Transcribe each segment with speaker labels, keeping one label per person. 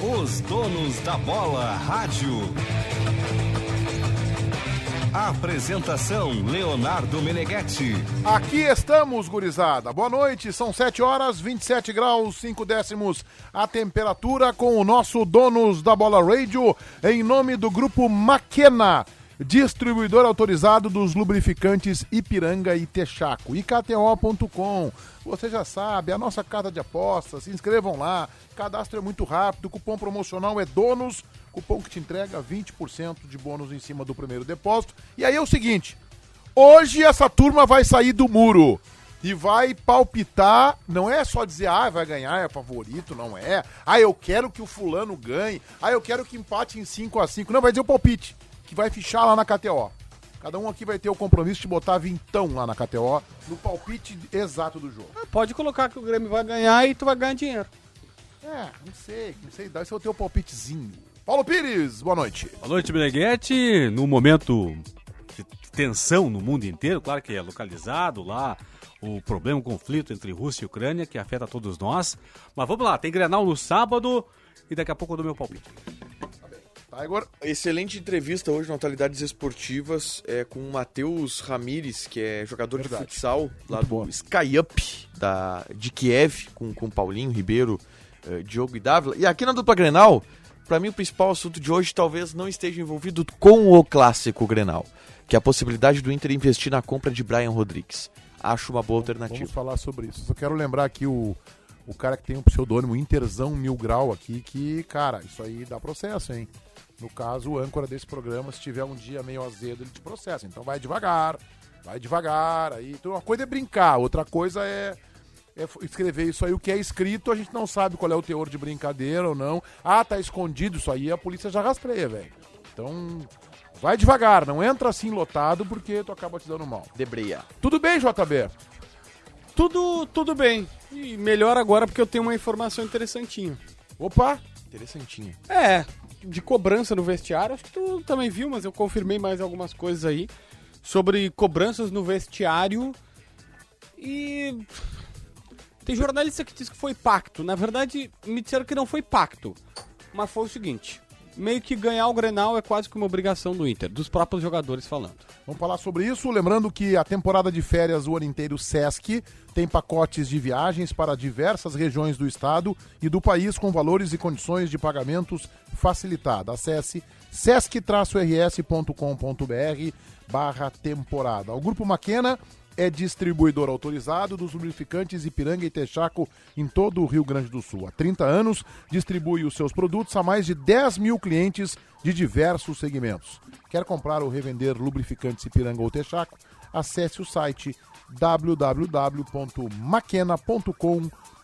Speaker 1: Os donos da bola rádio. Apresentação Leonardo Meneghetti.
Speaker 2: Aqui estamos, gurizada. Boa noite, são 7 horas, 27 graus, 5 décimos a temperatura com o nosso Donos da Bola Radio, em nome do grupo Maquena, distribuidor autorizado dos lubrificantes Ipiranga e Texaco. E KTO.com. Você já sabe, a nossa casa de apostas, se inscrevam lá, cadastro é muito rápido, cupom promocional é Donos cupom que te entrega 20% de bônus em cima do primeiro depósito. E aí é o seguinte: hoje essa turma vai sair do muro e vai palpitar. Não é só dizer, ah, vai ganhar, é favorito, não é. Ah, eu quero que o fulano ganhe. Ah, eu quero que empate em 5 a 5 Não, vai dizer o palpite, que vai fichar lá na KTO. Cada um aqui vai ter o compromisso de botar vintão lá na KTO, no palpite exato do jogo.
Speaker 3: Pode colocar que o Grêmio vai ganhar e tu vai ganhar dinheiro.
Speaker 2: É, não sei, não sei, dá esse é o teu palpitezinho. Paulo Pires, boa noite.
Speaker 4: Boa noite, Meneghetti. No momento de tensão no mundo inteiro, claro que é localizado lá o problema, o conflito entre Rússia e Ucrânia, que afeta todos nós. Mas vamos lá, tem Grenal no sábado e daqui a pouco eu dou meu palpite.
Speaker 2: Tá, Igor?
Speaker 5: Excelente entrevista hoje no Atualidades Esportivas é, com o Matheus Ramires, que é jogador
Speaker 2: Verdade.
Speaker 5: de futsal lá
Speaker 2: Muito
Speaker 5: do
Speaker 2: boa.
Speaker 5: Sky Up da, de Kiev, com, com Paulinho Ribeiro, eh, Diogo e Dávila. E aqui na dupla Grenal, pra mim o principal assunto de hoje talvez não esteja envolvido com o clássico Grenal, que é a possibilidade do Inter investir na compra de Brian Rodrigues. Acho uma boa alternativa.
Speaker 2: Vamos falar sobre isso. Só quero lembrar aqui o, o cara que tem o pseudônimo Interzão Mil Grau aqui, que, cara, isso aí dá processo, hein? No caso, o âncora desse programa, se tiver um dia meio azedo, ele te processa. Então vai devagar, vai devagar. Aí, então, uma coisa é brincar, outra coisa é, é f- escrever isso aí. O que é escrito, a gente não sabe qual é o teor de brincadeira ou não. Ah, tá escondido isso aí, a polícia já rastreia, velho. Então, vai devagar, não entra assim lotado, porque tu acaba te dando mal.
Speaker 5: Debreia.
Speaker 2: Tudo bem, JB?
Speaker 3: Tudo, tudo bem. E melhor agora porque eu tenho uma informação interessantinha.
Speaker 2: Opa!
Speaker 5: Interessantinho.
Speaker 3: É, de cobrança no vestiário, acho que tu também viu, mas eu confirmei mais algumas coisas aí sobre cobranças no vestiário. E tem jornalista que diz que foi pacto. Na verdade, me disseram que não foi pacto, mas foi o seguinte, meio que ganhar o Grenal é quase que uma obrigação do Inter, dos próprios jogadores falando.
Speaker 2: Vamos falar sobre isso. Lembrando que a temporada de férias o ano inteiro SESC tem pacotes de viagens para diversas regiões do estado e do país com valores e condições de pagamentos facilitada. Acesse sesc-rs.com.br barra temporada. O Grupo Maquena é distribuidor autorizado dos lubrificantes Ipiranga e Texaco em todo o Rio Grande do Sul. Há 30 anos, distribui os seus produtos a mais de 10 mil clientes de diversos segmentos. Quer comprar ou revender lubrificantes Ipiranga ou Texaco? Acesse o site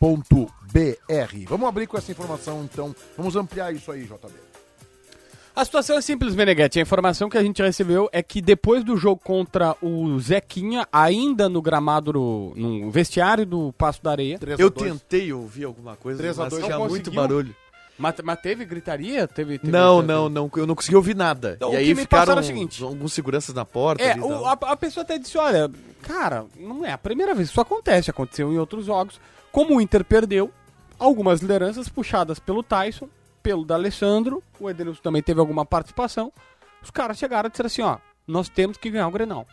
Speaker 2: www.maquena.com.br. Vamos abrir com essa informação, então. Vamos ampliar isso aí, JB.
Speaker 3: A situação é simples, Meneghetti. A informação que a gente recebeu é que depois do jogo contra o Zequinha, ainda no gramado, do- no vestiário do Passo da Areia,
Speaker 2: 3
Speaker 5: Eu tentei ouvir alguma coisa,
Speaker 2: 3 a
Speaker 5: mas
Speaker 2: 2,
Speaker 5: tinha
Speaker 3: não
Speaker 5: muito
Speaker 3: conseguiu.
Speaker 5: barulho.
Speaker 3: mas, mas teve gritaria? Teve, teve-
Speaker 5: Não,
Speaker 3: teve-
Speaker 5: não, não, eu não consegui ouvir nada.
Speaker 3: Então,
Speaker 5: e
Speaker 3: o
Speaker 5: aí
Speaker 3: que me passaram
Speaker 5: ficaram
Speaker 3: é o seguinte.
Speaker 5: alguns seguranças na porta.
Speaker 3: É,
Speaker 5: eles
Speaker 3: o-
Speaker 5: não-
Speaker 3: a, a pessoa até disse, olha, cara, não é a primeira vez que isso acontece, aconteceu em outros jogos. Como o Inter perdeu, algumas lideranças puxadas pelo Tyson, pelo D'Alessandro, o Edenilson também teve alguma participação, os caras chegaram e disseram assim, ó, nós temos que ganhar o Grenal.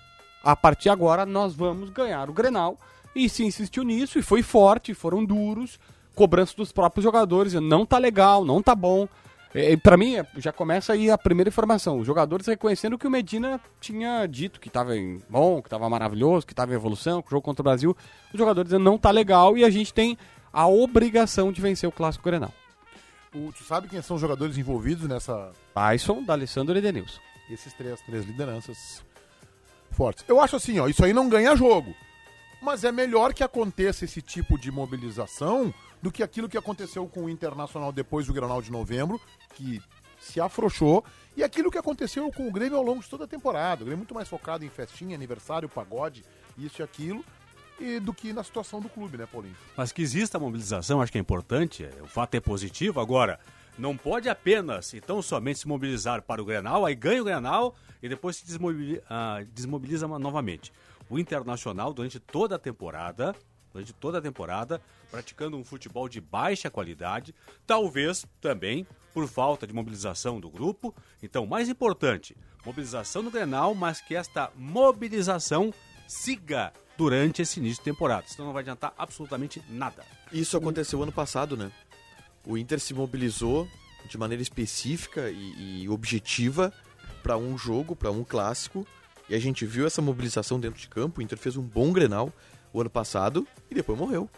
Speaker 3: A partir de agora, nós vamos ganhar o Grenal. E se insistiu nisso, e foi forte, foram duros, cobrança dos próprios jogadores, não tá legal, não tá bom. É, para mim, é- já começa aí a primeira informação. Os jogadores reconhecendo que o Medina tinha dito que estava bom, que estava maravilhoso, que estava em evolução, que o jogo contra o Brasil. Os jogadores dizendo não tá legal e a gente tem a obrigação de vencer o Clássico Grenal.
Speaker 2: O- tu sabe quem são os jogadores envolvidos nessa
Speaker 3: Tyson, D'Alessandro e Edenilson.
Speaker 2: esses três, três lideranças fortes. Eu acho assim, ó, isso aí não ganha jogo. Mas é melhor que aconteça esse tipo de mobilização do que aquilo que aconteceu com o Internacional depois do Granal de novembro, que se afrouxou, e aquilo que aconteceu com o Grêmio ao longo de toda a temporada. O Grêmio é muito mais focado em festinha, aniversário, pagode, isso e aquilo, e do que na situação do clube, né, Paulinho?
Speaker 4: Mas que exista a mobilização, acho que é importante, é, o fato é positivo. Agora, não pode apenas e tão somente se mobilizar para o Grenal, aí ganha o Grenal e depois se desmobili- ah, desmobiliza, ma- novamente. O Internacional, durante toda a temporada, durante toda a temporada, praticando um futebol de baixa qualidade, talvez também por falta de mobilização do grupo. Então, mais importante, mobilização do Grenal, mas que esta mobilização siga durante esse início de temporada. Senão não vai adiantar absolutamente nada.
Speaker 5: Isso aconteceu ano passado, né? O Inter se mobilizou de maneira específica e, e objetiva para um jogo, para um clássico. E a gente viu essa mobilização dentro de campo. O Inter fez um bom grenal o ano passado e depois morreu.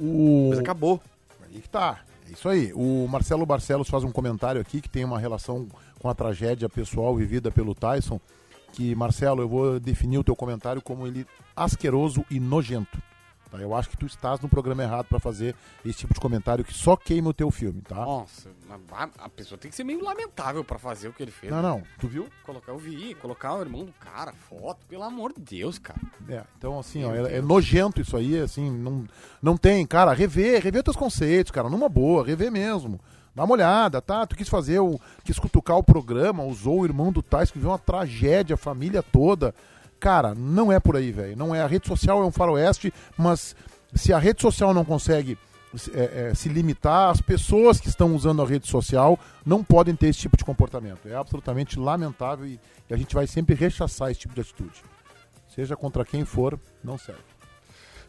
Speaker 2: O...
Speaker 5: Mas acabou.
Speaker 2: Aí que tá. É isso aí. O Marcelo Barcelos faz um comentário aqui que tem uma relação com a tragédia pessoal vivida pelo Tyson. Que, Marcelo, eu vou definir o teu comentário como ele asqueroso e nojento. Tá? Eu acho que tu estás no programa errado pra fazer esse tipo de comentário que só queima o teu filme, tá?
Speaker 3: Nossa, a, a pessoa tem que ser meio lamentável pra fazer o que ele fez. né?
Speaker 2: Não, não. Tu viu?
Speaker 3: Colocar, eu vi, colocar o irmão do cara, foto, pelo amor de Deus, cara.
Speaker 2: É, então assim, ó, é, é nojento isso aí, assim, não, não tem, cara, rever, rever teus conceitos, cara, numa boa, rever mesmo. Dá uma olhada, tá? Tu quis fazer, o, quis cutucar o programa, usou o irmão do Tais, que viveu uma tragédia, a família toda. Cara, não é por aí, velho. Não é. A rede social é um faroeste, mas se a rede social não consegue é, é, se limitar, as pessoas que estão usando a rede social não podem ter esse tipo de comportamento. É absolutamente lamentável e, e a gente vai sempre rechaçar esse tipo de atitude. Seja contra quem for, não serve.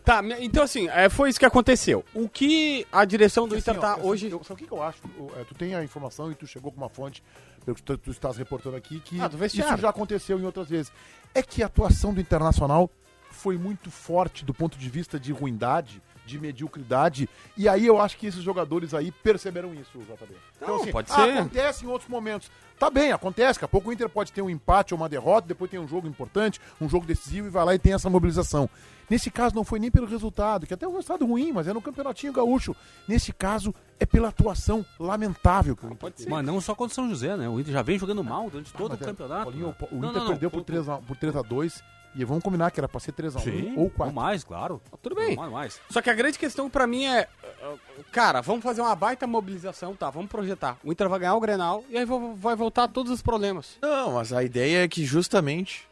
Speaker 3: Tá, me- então assim, é, foi isso que aconteceu. O que a direção do Inter
Speaker 2: Assim, ó,
Speaker 3: tá
Speaker 2: assim,
Speaker 3: hoje.
Speaker 2: eu- sabe o que, que eu acho? Eu, é, tu tem a informação e tu chegou com uma fonte, pelo que tu, tu estás reportando aqui, que
Speaker 3: Ah, do vestiário.
Speaker 2: isso já aconteceu em outras vezes. É que a atuação do Internacional foi muito forte do ponto de vista de ruindade, de mediocridade, e aí eu acho que esses jogadores aí perceberam isso, JB.
Speaker 4: Não, pode
Speaker 2: ah,
Speaker 4: ser.
Speaker 2: acontece em outros momentos. Tá bem, acontece. Daqui a pouco o Inter pode ter um empate ou uma derrota, depois tem um jogo importante, um jogo decisivo e vai lá e tem essa mobilização. Nesse caso não foi nem pelo resultado, que até é um resultado ruim, mas é no Campeonatinho Gaúcho. Nesse caso é pela atuação lamentável.
Speaker 4: Ah,
Speaker 2: Que o Inter
Speaker 3: Pode ser.
Speaker 4: Mas não só contra o São José, né? O Inter já vem jogando mal durante todo o
Speaker 2: Mas é,
Speaker 4: campeonato.
Speaker 2: Paulinho,
Speaker 4: né?
Speaker 2: o o
Speaker 4: Não,
Speaker 2: Inter
Speaker 4: não, não.
Speaker 2: perdeu por
Speaker 4: O-
Speaker 2: 3 a- por 3 a 2 e vamos combinar que era pra ser 3 a 1
Speaker 4: Sim,
Speaker 2: ou Ah,
Speaker 4: ou
Speaker 2: 4.
Speaker 4: mais, claro.
Speaker 3: Tudo bem.
Speaker 4: Ou mais.
Speaker 3: Só que a grande questão pra mim é, uh, uh, cara, vamos fazer uma baita mobilização, tá? Vamos projetar. O Inter vai ganhar o Grenal e aí vo- vai voltar todos os problemas.
Speaker 5: Não, mas a ideia é que justamente.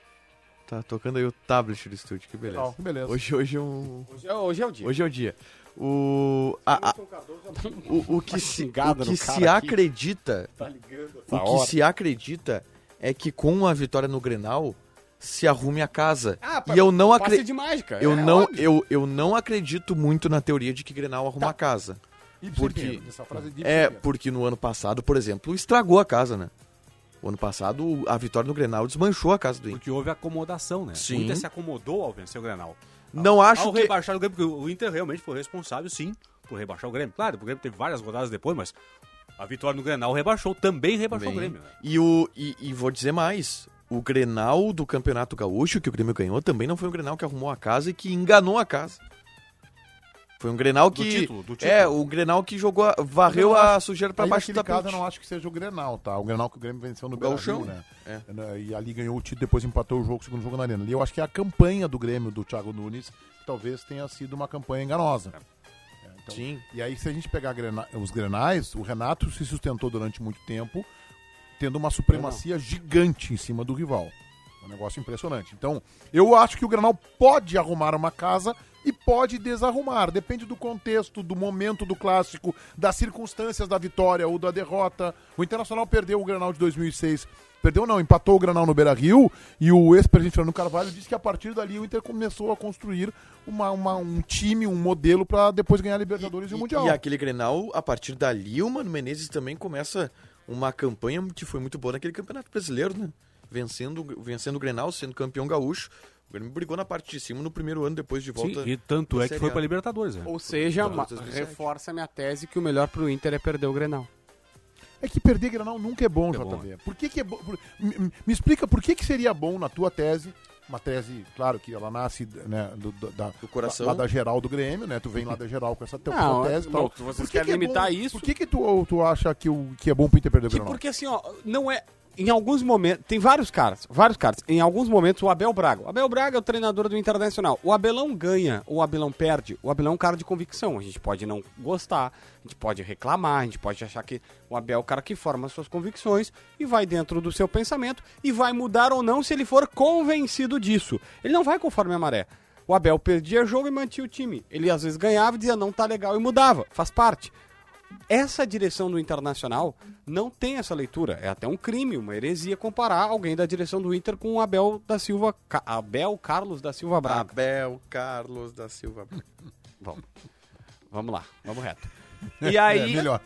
Speaker 5: Tá tocando aí o tablet do estúdio, que beleza.
Speaker 2: Legal, beleza.
Speaker 5: Hoje, hoje é um.
Speaker 3: Hoje é, hoje é o dia.
Speaker 5: Hoje é o dia. O. a- a- o, o que
Speaker 3: Tá
Speaker 5: se, o
Speaker 3: xingado no
Speaker 5: que
Speaker 3: cara
Speaker 5: se
Speaker 3: aqui.
Speaker 5: acredita.
Speaker 3: tá ligando.
Speaker 5: O que se acredita é que com a vitória no Grenal se arrume a casa. e eu não
Speaker 3: acredito.
Speaker 5: acredito.
Speaker 3: Ah, de mágica.
Speaker 5: Eu,
Speaker 3: é
Speaker 5: não,
Speaker 3: óbvio. Tá.
Speaker 5: eu, eu não acredito muito na teoria de que Grenal arruma a casa. Porque-
Speaker 2: Essa frase de
Speaker 5: É, porque no ano passado, por exemplo, estragou a casa, né? O ano passado, a vitória no Grenal desmanchou a casa do Inter.
Speaker 4: Porque houve acomodação, né?
Speaker 5: Sim.
Speaker 4: O Inter se acomodou ao vencer o Granal.
Speaker 5: Não acho
Speaker 4: ao
Speaker 5: que.
Speaker 4: rebaixar o Grêmio, porque o Inter realmente foi responsável, sim, por rebaixar o Grêmio. Claro, o Grêmio teve várias rodadas depois, mas a vitória no Grenal rebaixou, também rebaixou
Speaker 5: Bem,
Speaker 4: o Grêmio. né?
Speaker 5: E, o, e, e vou dizer mais: o Grenal do Campeonato Gaúcho, que o Grêmio ganhou, também não foi um Grenal que arrumou a casa e que enganou a casa. Foi um Grenal que.
Speaker 4: título, do título.
Speaker 5: É, o Grenal que jogou, a- varreu
Speaker 2: Eu não
Speaker 5: a sujeira pra
Speaker 2: Aí,
Speaker 5: baixo do
Speaker 2: naquele caso, eu
Speaker 5: tapete.
Speaker 2: não acho que seja o Grenal, tá? O Grenal que o Grêmio venceu no
Speaker 5: Gauchão,
Speaker 2: Brasil, né? É, E ali ganhou o título, depois empatou o jogo, segundo jogo na Arena. Ali eu acho que é a campanha do Grêmio, do Thiago Nunes, que talvez tenha sido uma campanha enganosa. É, então-
Speaker 5: Sim.
Speaker 2: E aí, se a gente pegar grena- os Grenais, o Renato se sustentou durante muito tempo, tendo uma supremacia gigante em cima do rival. Um negócio impressionante. Então, eu acho que o Grenal pode arrumar uma casa e pode desarrumar. Depende do contexto, do momento do clássico, das circunstâncias da vitória ou da derrota. O Internacional perdeu o Grenal de 2006. Perdeu não, empatou o Grenal no Beira-Rio e o ex-presidente Fernando Carvalho disse que a partir dali o Inter começou a construir uma- uma- um time, um modelo para depois ganhar a Libertadores e, o Mundial.
Speaker 5: E aquele Grenal, a partir dali, o Mano Menezes também começa uma campanha que foi muito boa naquele Campeonato Brasileiro, né? Vencendo, vencendo o Grenal, sendo campeão gaúcho. O Grêmio brigou na parte de cima no primeiro ano depois de volta.
Speaker 4: Sim, e tanto
Speaker 5: da
Speaker 4: é que
Speaker 5: Série
Speaker 4: foi
Speaker 5: A.
Speaker 4: pra Libertadores, né?
Speaker 3: Ou seja, ma-
Speaker 5: 2007.
Speaker 3: reforça a minha tese que o melhor pro Inter é perder o Grenal.
Speaker 2: É que perder Grenal nunca é bom,
Speaker 4: É bom.
Speaker 2: JV. Por que, que é bom? por- Me, me- me explica por que, que seria bom na tua tese, uma tese, claro que ela nasce né, do, do- da,
Speaker 5: Do coração.
Speaker 2: lá da geral do Grêmio, né? Tu vem lá da geral com essa teu-
Speaker 3: Não,
Speaker 2: tua tese e
Speaker 3: não,
Speaker 2: tal.
Speaker 3: vocês
Speaker 2: Por que
Speaker 3: querem
Speaker 2: que é
Speaker 3: limitar
Speaker 2: bom-
Speaker 3: isso?
Speaker 2: Por que, que tu, tu acha que, o, que é bom pro Inter perder o
Speaker 3: Que
Speaker 2: Grenal?
Speaker 3: porque assim, ó, não é. Em alguns momentos. Tem vários caras, vários caras. Em alguns momentos, o Abel Braga. O Abel Braga é o treinador do Internacional. O Abelão ganha, ou o Abelão perde. O Abelão é um cara de convicção. A gente pode não gostar, a gente pode reclamar, a gente pode achar que o Abel é o cara que forma suas convicções e vai dentro do seu pensamento e vai mudar ou não se ele for convencido disso. Ele não vai conforme a maré. O Abel perdia jogo e mantinha o time. Ele às vezes ganhava e dizia não tá legal e mudava. Faz parte. Essa direção do Internacional não tem essa leitura. É até um crime, uma heresia comparar alguém da direção do Inter com o Abel da Silva, Ca- Abel Carlos da Silva Braga.
Speaker 5: Abel Carlos da Silva.
Speaker 3: Ah, Bom, vamos lá, vamos reto. E aí,
Speaker 2: É, melhor.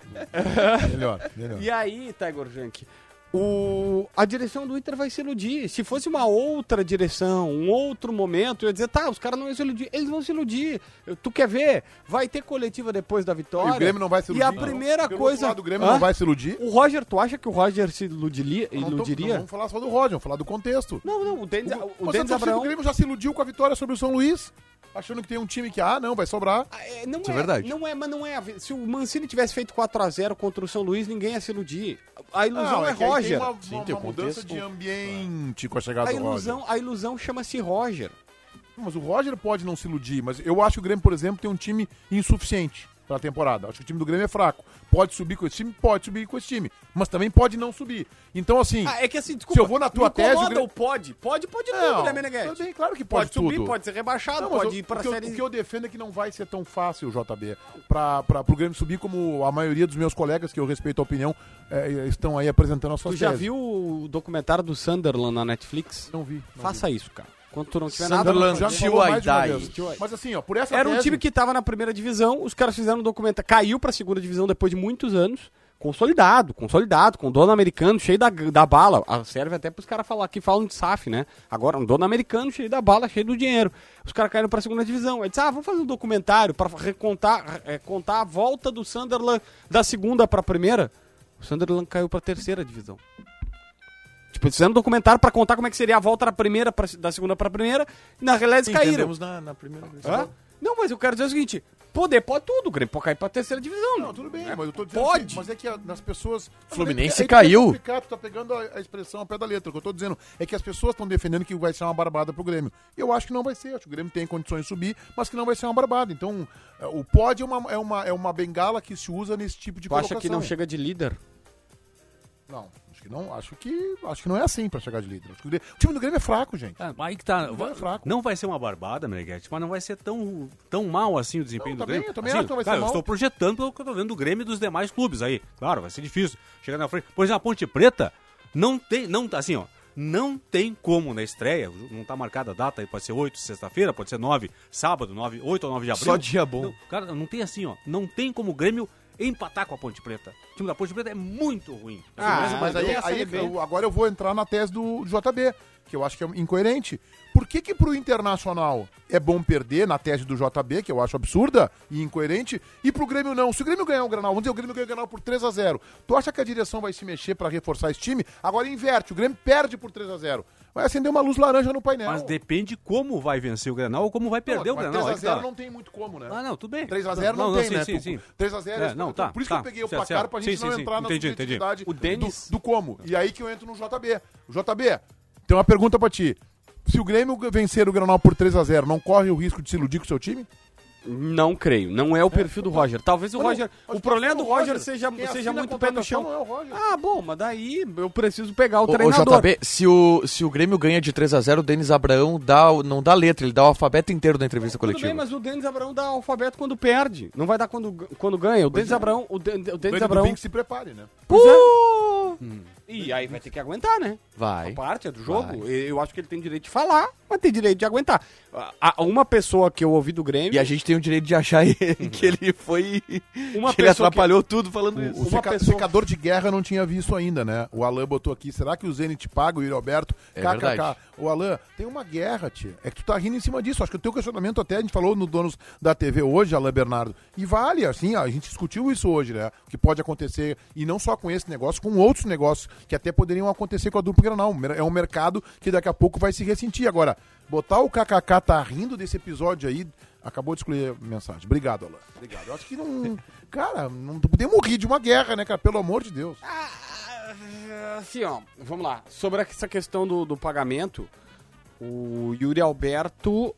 Speaker 2: melhor, melhor.
Speaker 3: E aí, Tiger Junk, o... a direção do Inter vai se iludir. Se fosse uma outra direção, um outro momento, eu ia dizer, tá, os caras não iam se iludir. Eles vão se iludir. Eu- Tu quer ver? Vai ter coletiva depois da vitória.
Speaker 2: E o Grêmio não vai se iludir.
Speaker 3: E a primeira
Speaker 2: Pelo outro
Speaker 3: coisa...
Speaker 2: lado, o Grêmio
Speaker 3: Hã?
Speaker 2: não vai se iludir.
Speaker 3: O Roger, tu acha que o Roger se iludiria?
Speaker 2: Não tô- não
Speaker 3: iludiria?
Speaker 2: vamos falar só do Roger, vamos falar do contexto.
Speaker 3: Não, não, o Denis,
Speaker 2: O-
Speaker 3: o,
Speaker 2: Mas a
Speaker 3: Denis
Speaker 2: torcida do
Speaker 3: Abraão...
Speaker 2: Grêmio já se iludiu com a vitória sobre o São Luís, achando que tem um time que, ah, não, vai sobrar.
Speaker 3: Ah, é, não
Speaker 5: Isso
Speaker 3: é,
Speaker 5: é verdade.
Speaker 3: Não é, mas não é. a vi- Se o Mancini tivesse feito 4x0 contra o São Luís, ninguém ia se iludir. A ilusão é,
Speaker 2: que aí
Speaker 3: Roger.
Speaker 2: Tem uma,
Speaker 5: Sim,
Speaker 2: uma-
Speaker 5: tem
Speaker 2: uma
Speaker 5: o
Speaker 2: mudança
Speaker 5: contexto.
Speaker 2: de ambiente com a chegada
Speaker 3: A
Speaker 2: do Roger.
Speaker 3: ilusão, a ilusão chama-se Roger.
Speaker 2: Mas o Roger pode não se iludir, mas eu acho que o Grêmio, por exemplo, tem um time insuficiente pra temporada. Acho que o time do Grêmio é fraco. Pode subir com esse time? Pode subir com esse time. Mas também pode não subir. Então, assim.
Speaker 3: Ah, é que assim,
Speaker 2: Se
Speaker 3: desculpa.
Speaker 2: eu vou na tua
Speaker 3: me incomoda
Speaker 2: tese, o Grêmio-
Speaker 3: o pode. Pode, pode tudo, né, Meneghete?
Speaker 2: tudo bem, claro que pode,
Speaker 3: Pode, subir,
Speaker 2: tudo.
Speaker 3: pode ser rebaixado,
Speaker 2: Não, mas
Speaker 3: pode
Speaker 2: eu-
Speaker 3: ir pra
Speaker 2: o, que eu,
Speaker 3: série.
Speaker 2: o que eu defendo é que não vai ser tão fácil, JB, pra, pra, pro Grêmio subir como a maioria dos meus colegas, que eu respeito a opinião, eh, estão aí apresentando a sua
Speaker 3: Tu já viu o documentário do Sunderland na Netflix?
Speaker 2: Não vi. não vi.
Speaker 3: Faça isso, cara. Quando tu não tiver nada.
Speaker 5: Sunderland,
Speaker 2: Já
Speaker 5: Tio
Speaker 2: falou mais de uma
Speaker 5: Aidai.
Speaker 2: vez. Mas assim, ó, por essa
Speaker 3: Era um
Speaker 2: tese-
Speaker 3: time que tava na primeira divisão, os caras fizeram um documentário. Caiu pra segunda divisão depois de muitos anos. Consolidado, consolidado, com dono americano cheio da, da bala. Ah, Serve até pros caras falar que falam de SAF, né? Agora, um dono americano cheio da bala, cheio do dinheiro. Os caras caíram pra segunda divisão. Aí disse, ah, vamos fazer um documentário pra recontar, é, contar a volta do Sunderland da segunda pra primeira. O Sunderland caiu pra terceira divisão. Tipo, eles fizeram um documentário pra contar como é que seria a volta da primeira, pra, da segunda pra primeira, e na realidade eles caíram.
Speaker 5: Entendemos na, na primeira vez.
Speaker 3: Hã? Tá Não, mas eu quero dizer o seguinte: poder pode tudo, o Grêmio pode cair pra terceira divisão.
Speaker 2: Não, tudo bem, mas eu tô dizendo
Speaker 3: Pode.
Speaker 2: assim, mas é que a- nas pessoas.
Speaker 5: Fluminense
Speaker 2: Aí fica
Speaker 5: caiu.
Speaker 2: complicado, tu tá pegando a, a expressão ao pé da letra. O que eu tô dizendo é que as pessoas estão defendendo que vai ser uma barbada pro Grêmio. Eu acho que não vai ser. Acho que o Grêmio tem condições de subir, mas que não vai ser uma barbada. Então, é, o pode é uma, é uma, é uma bengala que se usa nesse tipo de
Speaker 3: Tu acha que não
Speaker 2: colocação.
Speaker 3: chega de líder?
Speaker 2: Não, acho que não. Acho que, acho que não é assim pra chegar de líder. Acho que o, Grêmio- o time do Grêmio é fraco, gente.
Speaker 4: Ah, aí que tá.
Speaker 2: Não é fraco.
Speaker 4: Não vai ser uma barbada, Meneghete, mas não vai ser tão, tão mal assim o desempenho do
Speaker 2: Não, também,
Speaker 4: Grêmio.
Speaker 2: eu também
Speaker 4: Assim,
Speaker 2: acho que não vai ser
Speaker 4: cara, eu
Speaker 2: mal.
Speaker 4: estou projetando pelo que eu tô vendo do Grêmio e dos demais clubes aí. Claro, vai ser difícil. Chegar na frente. Por exemplo, a Ponte Preta não tem. Não, assim, ó. Não tem como na estreia, não tá marcada a data, aí pode ser 8, sexta-feira, pode ser 9, sábado, 9, 8 ou 9 de abril.
Speaker 5: Só dia bom.
Speaker 4: Não, cara, não tem assim, ó. Não tem como o Grêmio empatar com a Ponte Preta. O time da Ponte Preta é muito ruim.
Speaker 3: Ah,
Speaker 2: Mas aí, é
Speaker 3: tem a Série
Speaker 2: aí
Speaker 3: B.
Speaker 2: eu- assim agora eu vou entrar na tese do JB, que eu acho que é incoerente. Por que que pro Internacional é bom perder na tese do JB, que eu acho absurda e incoerente, e pro Grêmio não? Se o Grêmio ganhar o Granal, vamos dizer, o Grêmio ganha o Granal por 3 a 0 tu acha que a direção vai se mexer pra reforçar esse time? Agora inverte, o Grêmio perde por 3 a 0 Vai acender uma luz laranja no painel.
Speaker 4: Mas depende como vai vencer o Grenal ou como vai perder o
Speaker 2: Mas
Speaker 4: Grenal.
Speaker 2: 3
Speaker 4: aí
Speaker 2: a
Speaker 4: que
Speaker 2: 0
Speaker 4: tá.
Speaker 2: não tem muito como, né?
Speaker 4: Ah, não, tudo bem.
Speaker 2: 3x0 não, tem,
Speaker 4: sim,
Speaker 2: né?
Speaker 4: Sim, sim.
Speaker 2: 3x0
Speaker 4: É, não, tá,
Speaker 2: Por isso
Speaker 4: tá,
Speaker 2: que eu peguei o
Speaker 4: certo,
Speaker 2: placar
Speaker 4: certo.
Speaker 2: pra gente
Speaker 4: Sim,
Speaker 2: não
Speaker 4: sim,
Speaker 2: entrar
Speaker 4: sim.
Speaker 2: na
Speaker 4: Entendi, entendi.
Speaker 2: subjetividade
Speaker 4: O Denis-
Speaker 2: do, do como. E aí que eu entro no JB. JB, tem uma pergunta pra ti. Se o Grêmio vencer o Granal por 3x0, não corre o risco de se iludir com o seu time?
Speaker 3: Não creio. Não é o perfil do Roger. Talvez o
Speaker 2: Mas não,
Speaker 3: Roger.
Speaker 2: mas
Speaker 3: O
Speaker 2: quem
Speaker 3: problema
Speaker 2: assina
Speaker 3: do
Speaker 2: o
Speaker 3: Roger,
Speaker 2: Roger?
Speaker 3: seja,
Speaker 2: Quem
Speaker 3: seja
Speaker 2: assina a
Speaker 3: muito pé no
Speaker 2: contratação
Speaker 3: chão.
Speaker 2: não é o Roger.
Speaker 3: Ah, bom, mas daí eu preciso pegar o
Speaker 5: Ô, ô,
Speaker 3: treinador.
Speaker 5: JB, se o, se o Grêmio ganha de 3x0, o Denis Abraão dá, o- não dá letra, ele dá o alfabeto inteiro da entrevista
Speaker 3: Tudo
Speaker 5: coletiva.
Speaker 3: bem, mas o Denis Abraão dá alfabeto quando perde. Não vai dar quando, quando ganha. O
Speaker 2: é.
Speaker 3: Denis Abraão. O, Den- o Denis
Speaker 2: Breno
Speaker 3: Abraão.
Speaker 2: Dubinski se prepare, né?
Speaker 3: Pô!
Speaker 2: Hum.
Speaker 3: E aí vai ter que aguentar, né?
Speaker 5: Vai.
Speaker 3: parte é do jogo. Eu acho que ele tem direito de falar, mas tem direito de aguentar. A- a- Uma pessoa que eu ouvi do Grêmio.
Speaker 5: E a gente tem o direito de achar ele, que ele foi.
Speaker 3: Uma
Speaker 5: que ele
Speaker 3: pessoa
Speaker 5: atrapalhou tudo falando
Speaker 2: O
Speaker 5: isso.
Speaker 3: Uma
Speaker 2: seca-
Speaker 3: pessoa-
Speaker 2: secador de guerra não tinha visto ainda, né? O Alan botou aqui. Será que o Zenit paga o Yuri Alberto?
Speaker 5: É verdade.
Speaker 2: O Alan, tem uma guerra, tia. É que tu tá rindo em cima disso. Acho que o teu questionamento até, a gente falou no Donos da TV hoje, Alan Bernardo. E vale, assim, a gente discutiu isso hoje, né? O que pode acontecer, e não só com esse negócio, com outros negócios que até poderiam acontecer com a dupla Granal. É um mercado que daqui a pouco vai se ressentir. Agora, botar o KKK tá rindo desse episódio aí... Acabou de escolher a mensagem. Obrigado, Alan. Obrigado. Eu acho que não. Cara, não podemos rir de uma guerra, né, cara? Pelo amor de Deus.
Speaker 3: Ah, Assim, ó, vamos lá. Sobre essa questão do, do pagamento, o Yuri Alberto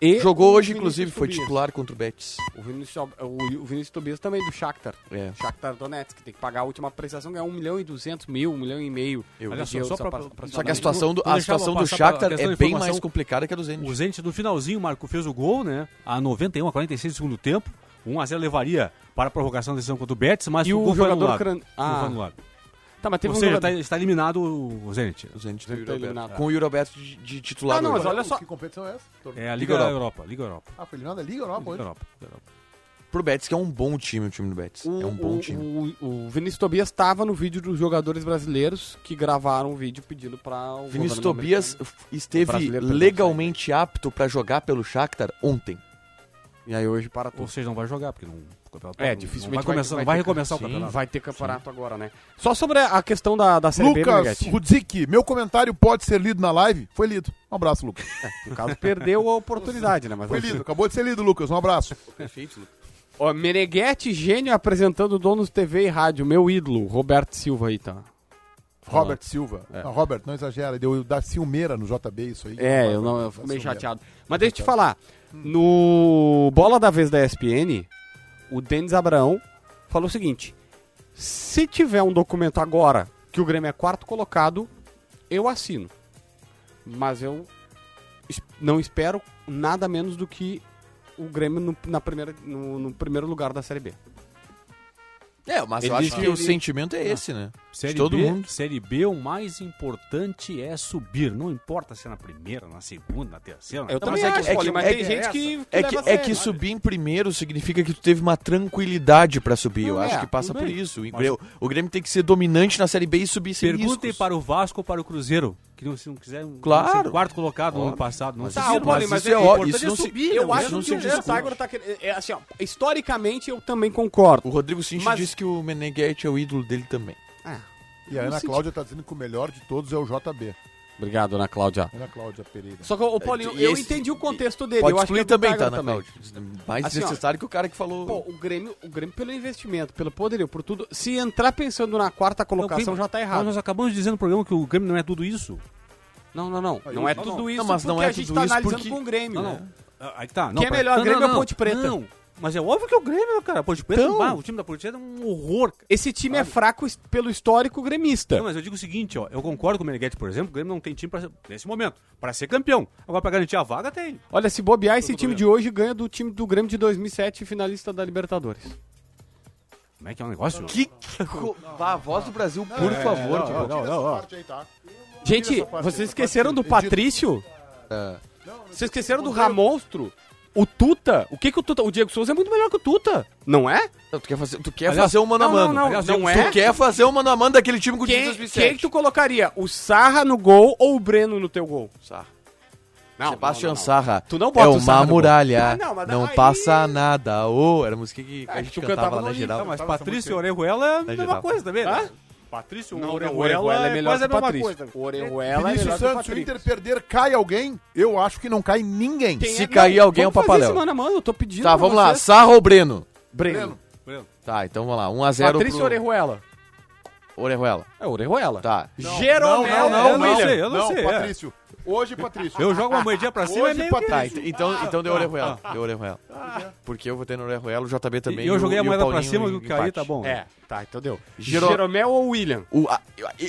Speaker 3: E
Speaker 5: Jogou
Speaker 3: o
Speaker 5: hoje,
Speaker 3: Vinícius
Speaker 5: inclusive, foi
Speaker 3: Tobias.
Speaker 5: titular contra o Betis.
Speaker 3: O Vinícius, Al- o, o Vinícius Tobias também do Shakhtar.
Speaker 5: É.
Speaker 3: Shakhtar Donetsk, tem que pagar a última prestação, ganhar 1 milhão e 200 mil, 1 milhão e meio.
Speaker 5: Eu-
Speaker 3: de
Speaker 5: Olha
Speaker 4: só,
Speaker 3: euros
Speaker 4: só pra-
Speaker 3: apro-
Speaker 4: pra-
Speaker 5: Só que a
Speaker 3: aproximadamente.
Speaker 5: situação do,
Speaker 4: Não
Speaker 5: a
Speaker 4: deixava
Speaker 5: situação do
Speaker 4: passar pra
Speaker 5: Shakhtar
Speaker 4: questão
Speaker 5: é
Speaker 4: de
Speaker 5: bem
Speaker 4: informação.
Speaker 5: mais complicada que a do Zenit.
Speaker 4: O Zenit no finalzinho, Marco, fez o gol, né? A 91, a 46 do segundo tempo. 1x0 levaria para a prorrogação da decisão contra o Betis, mas
Speaker 3: E o
Speaker 5: tá
Speaker 4: gol
Speaker 5: assim,
Speaker 4: foi
Speaker 3: jogador
Speaker 4: anulado.
Speaker 3: ucran-
Speaker 4: O gol
Speaker 3: Ah.
Speaker 4: foi anulado.
Speaker 3: Tá, mas teve
Speaker 4: Ou
Speaker 3: um
Speaker 4: seja,
Speaker 3: jogador-
Speaker 4: tá- está eliminado o Zenit.
Speaker 5: O Zenit
Speaker 3: tá
Speaker 5: do Yuri
Speaker 3: eliminado.
Speaker 5: Alberto. Com o Yuri Alberto de, de titular.
Speaker 3: Ah, não,
Speaker 5: hoje.
Speaker 3: mas olha só.
Speaker 2: Que competição é essa?
Speaker 4: É a Liga,
Speaker 5: Liga
Speaker 4: Europa. Liga Europa.
Speaker 2: Ah, foi eliminada? Liga
Speaker 3: Tá
Speaker 2: Europa
Speaker 4: Liga
Speaker 2: hoje.
Speaker 4: Europa. Liga Europa.
Speaker 5: Pro Betis, que é um bom time, o time do Betis.
Speaker 3: O,
Speaker 5: é um bom
Speaker 3: o-
Speaker 5: time.
Speaker 3: o- o Vinícius Tobias estava no vídeo dos jogadores brasileiros que gravaram um vídeo pedindo para o
Speaker 5: Vinícius
Speaker 3: governo
Speaker 5: Tobias
Speaker 3: americano.
Speaker 5: f- esteve
Speaker 3: brasileiro perdeu
Speaker 5: legalmente apto pra jogar pelo Shakhtar ontem.
Speaker 3: E aí hoje para
Speaker 4: Ou
Speaker 3: tudo.
Speaker 4: seja, não vai jogar, porque não. o campeonato
Speaker 3: É,
Speaker 4: não-
Speaker 3: dificilmente
Speaker 4: não vai, começar,
Speaker 3: vai-
Speaker 4: não
Speaker 3: vai
Speaker 4: vai
Speaker 3: ter-
Speaker 4: recomeçar
Speaker 3: Sim,
Speaker 4: o campeonato.
Speaker 3: vai ter campeonato agora, né? Só sobre a questão da,
Speaker 2: é
Speaker 3: da Série B,
Speaker 2: Lucas
Speaker 3: Meneghetti.
Speaker 2: Rudzik, meu comentário pode ser lido na live? Foi lido. Um abraço, Lucas.
Speaker 3: No caso, perdeu a oportunidade, né? Mas
Speaker 2: Foi lido, acabou de ser lido, Lucas. Um abraço.
Speaker 3: Ó, Meneghetti, gênio apresentando Donos TV e Rádio, meu ídolo, Roberto Silva aí, tá?
Speaker 2: Robert Silva. Não, Robert, não exagera, deu da Silmeira no JB isso aí.
Speaker 3: É,
Speaker 2: Vai,
Speaker 3: eu,
Speaker 2: vai,
Speaker 3: não, eu
Speaker 2: vai,
Speaker 3: fico meio
Speaker 2: Silmeira.
Speaker 3: chateado. Mas deixa eu te falar. No Bola da Vez da ESPN, o Denis Abraão falou o seguinte: se tiver um documento agora que o Grêmio é quarto colocado, eu assino. Mas eu es- não espero nada menos do que o Grêmio no, na primeira, no, no primeiro lugar da Série B.
Speaker 5: É, mas
Speaker 3: Ele
Speaker 5: eu acho
Speaker 3: disse
Speaker 5: que,
Speaker 3: que
Speaker 5: o
Speaker 3: ele-
Speaker 5: sentimento é esse, né?
Speaker 4: Série
Speaker 5: de todo
Speaker 4: B,
Speaker 5: mundo.
Speaker 4: Série B, o mais importante é subir. Não importa se é na primeira, na segunda, na terceira. na...
Speaker 3: Eu também
Speaker 5: mas é que-
Speaker 3: acho,
Speaker 5: é
Speaker 3: Paulinho,
Speaker 5: que-
Speaker 3: mas
Speaker 5: é
Speaker 3: tem
Speaker 5: que-
Speaker 3: gente que,
Speaker 5: É
Speaker 3: leva
Speaker 5: que,
Speaker 3: a
Speaker 5: é
Speaker 3: sério.
Speaker 5: que subir em primeiro significa que tu teve uma tranquilidade pra subir. eu
Speaker 3: Não,
Speaker 5: acho
Speaker 3: é,
Speaker 5: que passa
Speaker 3: tudo
Speaker 5: por
Speaker 3: bem.
Speaker 5: isso. O Grêmio, o Grêmio tem que ser dominante na Série B e subir sem
Speaker 4: Perguntem
Speaker 5: riscos.
Speaker 4: para o Vasco ou para o Cruzeiro, que não, se não quiser um
Speaker 5: Claro.
Speaker 4: ser quarto colocado no ano
Speaker 5: Óbvio.
Speaker 4: passado. Não
Speaker 5: Mas
Speaker 3: Tá,
Speaker 5: isso-
Speaker 3: o
Speaker 4: conseguiram.
Speaker 3: Paulinho, mas
Speaker 5: mas isso é
Speaker 3: é
Speaker 5: óbvio,
Speaker 3: importante
Speaker 5: isso
Speaker 3: é
Speaker 5: não se-
Speaker 3: subir.
Speaker 5: não,
Speaker 3: eu
Speaker 5: isso
Speaker 3: acho
Speaker 5: não
Speaker 3: que
Speaker 5: se
Speaker 3: o Léo
Speaker 5: discute.
Speaker 3: Tiger tá querendo. É, assim, ó, historicamente eu também
Speaker 5: O
Speaker 3: concordo.
Speaker 5: Rodrigo Sinch
Speaker 3: Mas-
Speaker 5: disse que o Meneghetti é o ídolo dele também.
Speaker 3: É.
Speaker 2: E a Ana
Speaker 3: senti-
Speaker 2: Cláudia tá dizendo que o melhor de todos é o JB.
Speaker 3: Obrigado, Ana Cláudia.
Speaker 2: Ana Cláudia Pereira.
Speaker 3: Só que, ô Paulinho,
Speaker 5: E
Speaker 3: eu
Speaker 5: esse-
Speaker 3: entendi o contexto dele.
Speaker 5: Pode
Speaker 3: eu acho que
Speaker 5: excluir
Speaker 3: é do
Speaker 5: também,
Speaker 3: Tiger
Speaker 5: tá, Ana Cláudia? Mais
Speaker 3: Assim, ó,
Speaker 5: necessário que o cara que falou...
Speaker 3: Pô, o Grêmio, o Grêmio pelo investimento, pelo poderio, por tudo. Se entrar pensando na quarta colocação, já tá
Speaker 4: Mas
Speaker 3: errado.
Speaker 4: nós acabamos de dizer no programa que o Grêmio não é tudo isso.
Speaker 3: Não, não, não. Não é
Speaker 5: não,
Speaker 3: tudo
Speaker 5: não.
Speaker 3: isso
Speaker 5: Não, mas não
Speaker 3: porque
Speaker 5: é
Speaker 3: a gente
Speaker 5: tudo
Speaker 3: tá
Speaker 5: isso
Speaker 3: analisando
Speaker 5: porque-
Speaker 3: com o Grêmio.
Speaker 4: Não,
Speaker 3: né?
Speaker 4: não. Ah, Aí que tá. Não,
Speaker 3: Quem é
Speaker 4: pera-
Speaker 3: melhor,
Speaker 4: não,
Speaker 3: Grêmio
Speaker 4: não,
Speaker 3: ou
Speaker 4: não.
Speaker 3: Ponte Preta?
Speaker 4: Não, mas é óbvio que é o Grêmio, cara. Ponte Preta,
Speaker 3: Então.
Speaker 4: bah, o time da Ponte Preta é um horror. cara.
Speaker 3: Esse time é fraco es- pelo histórico gremista.
Speaker 4: Não, mas eu digo o seguinte, ó. Eu concordo com o Meneghetti, por exemplo, o Grêmio não tem time pra ser- nesse momento, pra ser campeão. Agora, pra garantir a vaga, tem.
Speaker 3: Olha, se bobear, esse
Speaker 4: Tudo
Speaker 3: time
Speaker 4: bem.
Speaker 3: de hoje ganha do time do Grêmio de 2007, finalista da Libertadores.
Speaker 4: Como é que é um negócio? não?
Speaker 5: Que... Vá, a voz do Brasil, por favor.
Speaker 2: não,
Speaker 5: cara.
Speaker 2: não, não, não. Parte aí, tá?
Speaker 3: Gente,
Speaker 2: essa parte,
Speaker 3: vocês
Speaker 2: essa
Speaker 3: esqueceram
Speaker 2: parte
Speaker 3: do
Speaker 2: eu edito.
Speaker 3: Patrício?
Speaker 5: É.
Speaker 3: Vocês esqueceram do Ramonstro? O Tuta? O que que o Tuta... O Diego Souza é muito melhor que o Tuta, não é?
Speaker 5: Tu quer fazer, tu quer
Speaker 4: Aliás,
Speaker 5: fazer um mano a
Speaker 4: não,
Speaker 5: mano.
Speaker 4: não, não,
Speaker 5: Aliás,
Speaker 3: não
Speaker 5: tu
Speaker 3: é?
Speaker 5: quer fazer um mano a mano daquele time com o time de
Speaker 3: Quem,
Speaker 5: 2007.
Speaker 3: quem é que tu colocaria? O Sarra no gol ou o Breno no teu gol?
Speaker 5: Sarra.
Speaker 3: Não,
Speaker 5: Sebastião
Speaker 3: não, não, não.
Speaker 5: Sarra.
Speaker 3: Tu não bota
Speaker 5: é
Speaker 3: o Sarra
Speaker 5: uma
Speaker 3: no gol.
Speaker 5: muralha.
Speaker 3: Ah, não, mas
Speaker 5: não
Speaker 3: aí-
Speaker 5: passa nada. Ô, era a música que Ah, a
Speaker 3: É,
Speaker 5: gente
Speaker 3: tu
Speaker 5: cantava,
Speaker 3: cantava
Speaker 5: lá na
Speaker 3: no
Speaker 5: geral.
Speaker 4: Não, mas
Speaker 2: Tava essa
Speaker 4: Patrício e
Speaker 2: música
Speaker 4: Orejuela é a
Speaker 5: geral.
Speaker 4: mesma coisa também, né? Patrício e
Speaker 3: Não,
Speaker 4: Orejuela,
Speaker 3: o Orejuela
Speaker 4: é
Speaker 3: é melhor
Speaker 4: quase
Speaker 3: que
Speaker 4: a
Speaker 3: o
Speaker 4: mesma
Speaker 3: Patrício.
Speaker 4: coisa.
Speaker 3: O Orejuela é
Speaker 2: Vinícius
Speaker 3: melhor que o
Speaker 2: Santos, se o
Speaker 3: Patrício.
Speaker 2: Inter perder, cai alguém? Eu acho que não cai ninguém.
Speaker 3: Quem
Speaker 5: Se
Speaker 3: é-
Speaker 5: cair
Speaker 3: Não,
Speaker 5: alguém, é o
Speaker 3: vamos fazer
Speaker 5: Papaléu.
Speaker 3: esse mano a mano, eu tô pedindo
Speaker 5: Tá,
Speaker 3: pra
Speaker 5: vamos lá.
Speaker 3: vocês.
Speaker 5: Sarra ou Breno?
Speaker 3: Breno.
Speaker 5: Tá, então vamos lá. 1x0
Speaker 3: Patrício
Speaker 5: pro...
Speaker 3: Orejuela.
Speaker 5: Orejuela.
Speaker 3: É, Orejuela.
Speaker 5: Tá.
Speaker 3: Jeromel.
Speaker 4: não, não,
Speaker 3: William.
Speaker 4: sei, eu não sei, é.
Speaker 2: Patrício. Hoje, Patrício.
Speaker 4: Eu jogo uma moedinha pra cima
Speaker 2: Hoje,
Speaker 4: e meio
Speaker 2: Patrício.
Speaker 5: Tá, ent- então, então deu Orejuela.
Speaker 3: Ah.
Speaker 5: Deu Orejuela. Porque eu votei no Orejuela, o JB
Speaker 4: que...
Speaker 5: também.
Speaker 4: Eu
Speaker 5: e o-
Speaker 4: joguei a
Speaker 5: e o
Speaker 4: moeda pra
Speaker 5: Paulinho
Speaker 4: cima
Speaker 5: em
Speaker 4: e o Caí
Speaker 5: empate.
Speaker 4: tá bom.
Speaker 3: É, tá, então deu.
Speaker 5: Jero-
Speaker 3: Jeromel ou William?
Speaker 5: O, a-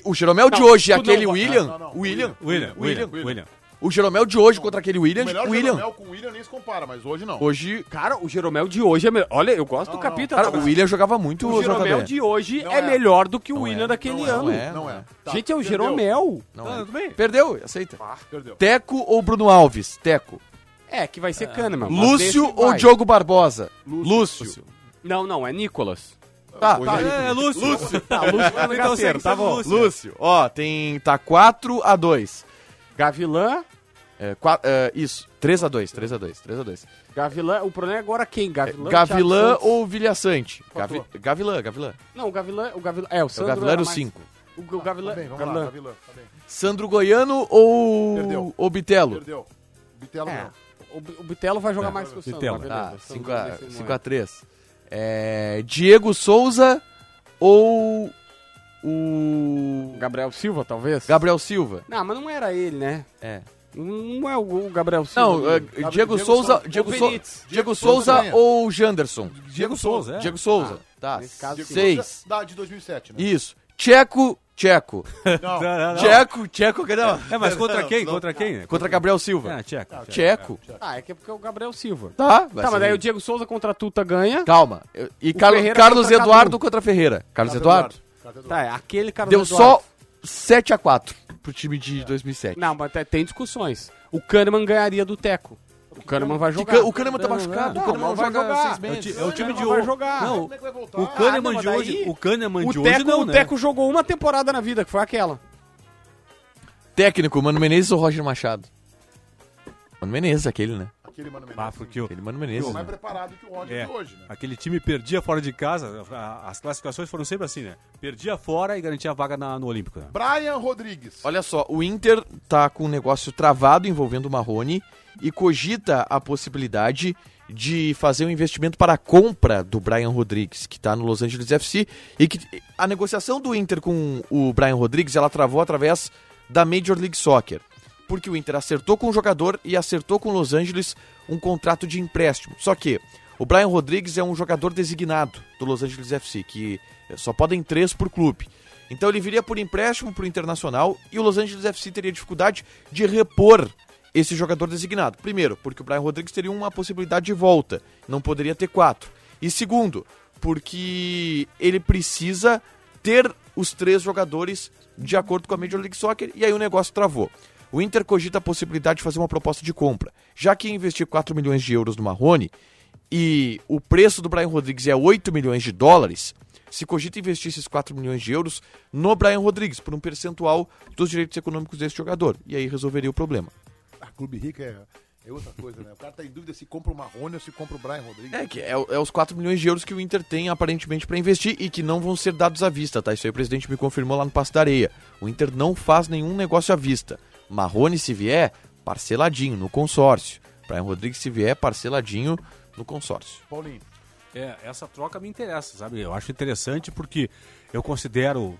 Speaker 5: o Jeromel de
Speaker 3: Não,
Speaker 5: hoje,
Speaker 3: tu
Speaker 5: aquele
Speaker 3: não-
Speaker 5: William,
Speaker 2: não, não,
Speaker 5: William.
Speaker 4: William, William, William.
Speaker 5: O Jeromel de hoje contra aquele William.
Speaker 2: O melhor
Speaker 5: William.
Speaker 2: Jeromel com o William nem se compara, mas hoje não.
Speaker 5: Hoje.
Speaker 3: Cara, o Jeromel de hoje é melhor. Olha, eu gosto do
Speaker 2: não.
Speaker 3: capítulo.
Speaker 5: Cara, o William jogava muito né?
Speaker 3: o Jeromel
Speaker 5: JB.
Speaker 3: de hoje
Speaker 2: Não
Speaker 3: é,
Speaker 2: é.
Speaker 3: melhor do que o
Speaker 5: Não
Speaker 3: William
Speaker 5: é.
Speaker 3: daquele
Speaker 5: Não é,
Speaker 3: ano.
Speaker 5: não é.
Speaker 2: Não é. Tá,
Speaker 3: Gente, é
Speaker 2: perdeu.
Speaker 3: o
Speaker 2: Ah,
Speaker 3: Jeromel.
Speaker 5: Não é.
Speaker 4: tudo bem.
Speaker 5: Perdeu, aceita.
Speaker 2: Perdeu.
Speaker 5: Teco ou Bruno Alves? Teco.
Speaker 3: É, que vai ser
Speaker 5: Ah,
Speaker 3: Kahneman. mas deixa
Speaker 5: Lúcio
Speaker 3: que
Speaker 5: ou
Speaker 3: vai.
Speaker 5: Diogo Barbosa? Lúcio.
Speaker 3: Não, não, é Nicolas.
Speaker 5: Tá,
Speaker 2: Hoje
Speaker 5: tá.
Speaker 2: é-
Speaker 4: É, Lúcio. Lúcio.
Speaker 3: Tá, Lúcio é
Speaker 4: Então,
Speaker 3: Gaceiro,
Speaker 4: segue,
Speaker 3: tá
Speaker 4: segue o
Speaker 3: bom.
Speaker 4: Lúcio.
Speaker 5: Lúcio. Ó, tem. Tá 4 a 2
Speaker 3: Gavilã,
Speaker 5: É, qua- é, isso. 3 a 2 3 a 2 3 a 2
Speaker 3: Gavilã, o problema é agora quem? Gavilã,
Speaker 5: Gavilã
Speaker 3: Thiago Santos.
Speaker 5: ou Vilhaçante? Gavi... Gavilã, Gavilã.
Speaker 3: Não, o Gavilã, o Gavilã, é, o
Speaker 5: É o
Speaker 3: Sandro
Speaker 5: Gavilã era o
Speaker 3: mais-
Speaker 5: 5.
Speaker 3: O, o Gavilã,
Speaker 2: Tá bem, vamos
Speaker 3: Gavilã.
Speaker 2: lá, Gavilã. Tá bem.
Speaker 5: Sandro Goiano ou.
Speaker 2: Perdeu.
Speaker 5: Ou Bitelo?
Speaker 2: Perdeu. Bitelo
Speaker 3: É,
Speaker 2: não.
Speaker 3: o, o Bitelo vai jogar mais que o Sandro.
Speaker 4: Bitelo.
Speaker 3: mas
Speaker 5: Tá,
Speaker 3: beleza, Sandro nesse momento.
Speaker 5: 5x3. É, Diego Souza ou. O.
Speaker 3: Gabriel Silva, talvez?
Speaker 5: Gabriel Silva.
Speaker 3: Não, mas não era ele, né?
Speaker 5: É.
Speaker 3: Não é o o Gabriel Silva. né?
Speaker 5: Não, eh, Diego, Souza, Diego,
Speaker 2: Ou
Speaker 5: Sou-
Speaker 2: Benítez.
Speaker 5: Diego
Speaker 2: Diego
Speaker 5: Souza
Speaker 2: Souza ganha.
Speaker 5: ou Janderson?
Speaker 4: Diego Souza, é.
Speaker 5: Diego Souza, tá.
Speaker 3: nesse caso,
Speaker 5: Diego
Speaker 3: sim.
Speaker 5: seis.
Speaker 2: Da, de 2007, né?
Speaker 5: Isso. Tcheco, Tcheco.
Speaker 4: Não,
Speaker 2: Não,
Speaker 4: não.
Speaker 5: Tcheco, Tcheco, não.
Speaker 4: É, mas contra quem? Contra quem?
Speaker 5: Contra Gabriel Silva.
Speaker 4: É, tcheco.
Speaker 5: Tcheco.
Speaker 3: Ah, é que é porque é o Gabriel Silva.
Speaker 5: Tá,
Speaker 3: Tá, mas daí o Diego Souza contra a Tuta ganha.
Speaker 5: Calma. Eu- E Carlo-
Speaker 3: Ferreira
Speaker 5: Carlos
Speaker 3: contra Cadu.
Speaker 5: Eduardo contra Ferreira. Carlos Eduardo.
Speaker 3: Tá, é aquele cara do
Speaker 5: Deu
Speaker 3: Eduardo.
Speaker 5: só 7 a 4 pro time de 2007.
Speaker 3: Não, mas te- tem discussões. O Kahneman ganharia do Teco. O Kahneman vai
Speaker 5: Que
Speaker 3: jogar.
Speaker 5: can- O Kahneman tá
Speaker 4: Não,
Speaker 5: machucado.
Speaker 4: não,
Speaker 5: O Kahneman
Speaker 3: não
Speaker 5: vai
Speaker 3: vai
Speaker 5: jogar
Speaker 3: jogar.
Speaker 5: seis
Speaker 4: É o, ti-
Speaker 5: meses.
Speaker 4: é o time de
Speaker 3: Não vai
Speaker 4: hoje.
Speaker 3: jogar.
Speaker 4: Não,
Speaker 2: Como é que vai voltar?
Speaker 4: o Kahneman
Speaker 3: Ah, não,
Speaker 4: de
Speaker 3: mas
Speaker 4: hoje,
Speaker 3: daí-
Speaker 4: o Kahneman
Speaker 3: O
Speaker 4: de
Speaker 3: Teco,
Speaker 4: hoje não,
Speaker 3: o
Speaker 4: né?
Speaker 3: Teco jogou uma temporada na vida, que foi aquela.
Speaker 5: Técnico, Mano Menezes ou Roger Machado? Mano Menezes, aquele, né?
Speaker 2: Aquele Mano Menezes.
Speaker 4: Ah, porque o-
Speaker 5: Aquele Mano Menezes.
Speaker 2: mais
Speaker 5: né?
Speaker 2: preparado que o Roger
Speaker 4: é,
Speaker 2: de hoje, né?
Speaker 4: aquele time perdia fora de casa, a- as classificações foram sempre assim, né? Perdia fora e garantia a vaga na- no Olímpico. Né?
Speaker 2: Brian Rodrigues.
Speaker 5: Olha só, o Inter tá com um negócio travado envolvendo o Marrone e cogita a possibilidade de fazer um investimento para a compra do Brian Rodrigues, que tá no Los Angeles FC, e que a negociação do Inter com o Brian Rodrigues, ela travou através da Major League Soccer, porque o Inter acertou com o jogador e acertou com o Los Angeles um contrato de empréstimo. Só que o Brian Rodrigues é um jogador designado do Los Angeles FC, que eh, só podem três por clube. Então ele viria por empréstimo para o Internacional e o Los Angeles FC teria dificuldade de repor esse jogador designado. Primeiro, porque o Brian Rodrigues teria uma possibilidade de volta, não poderia ter quatro. E segundo, porque ele precisa ter os três jogadores de acordo com a Major League Soccer e aí o negócio travou. O Inter cogita a possibilidade de fazer uma proposta de compra, já que ia investir 4 milhões de euros no Marrone e o preço do Brian Rodrigues é 8 milhões de dólares, se cogita investir esses 4 milhões de euros no Brian Rodrigues, por um percentual dos direitos econômicos desse jogador. E aí resolveria o problema.
Speaker 2: Ah, Clube Rico é, é outra coisa, né? O cara tá em dúvida se compra o Marrone ou se compra o Brian Rodrigues.
Speaker 5: É que é, é os 4 milhões de euros que o Inter tem aparentemente para investir e que não vão ser dados à vista, tá? Isso aí o presidente me confirmou lá no Passo da Areia. O Inter não faz nenhum negócio à vista. Marrone, se vier, parceladinho no consórcio. Brian Rodrigues, se vier, parceladinho no consórcio.
Speaker 2: Paulinho.
Speaker 4: É, essa troca me interessa, sabe? Eu acho interessante porque eu considero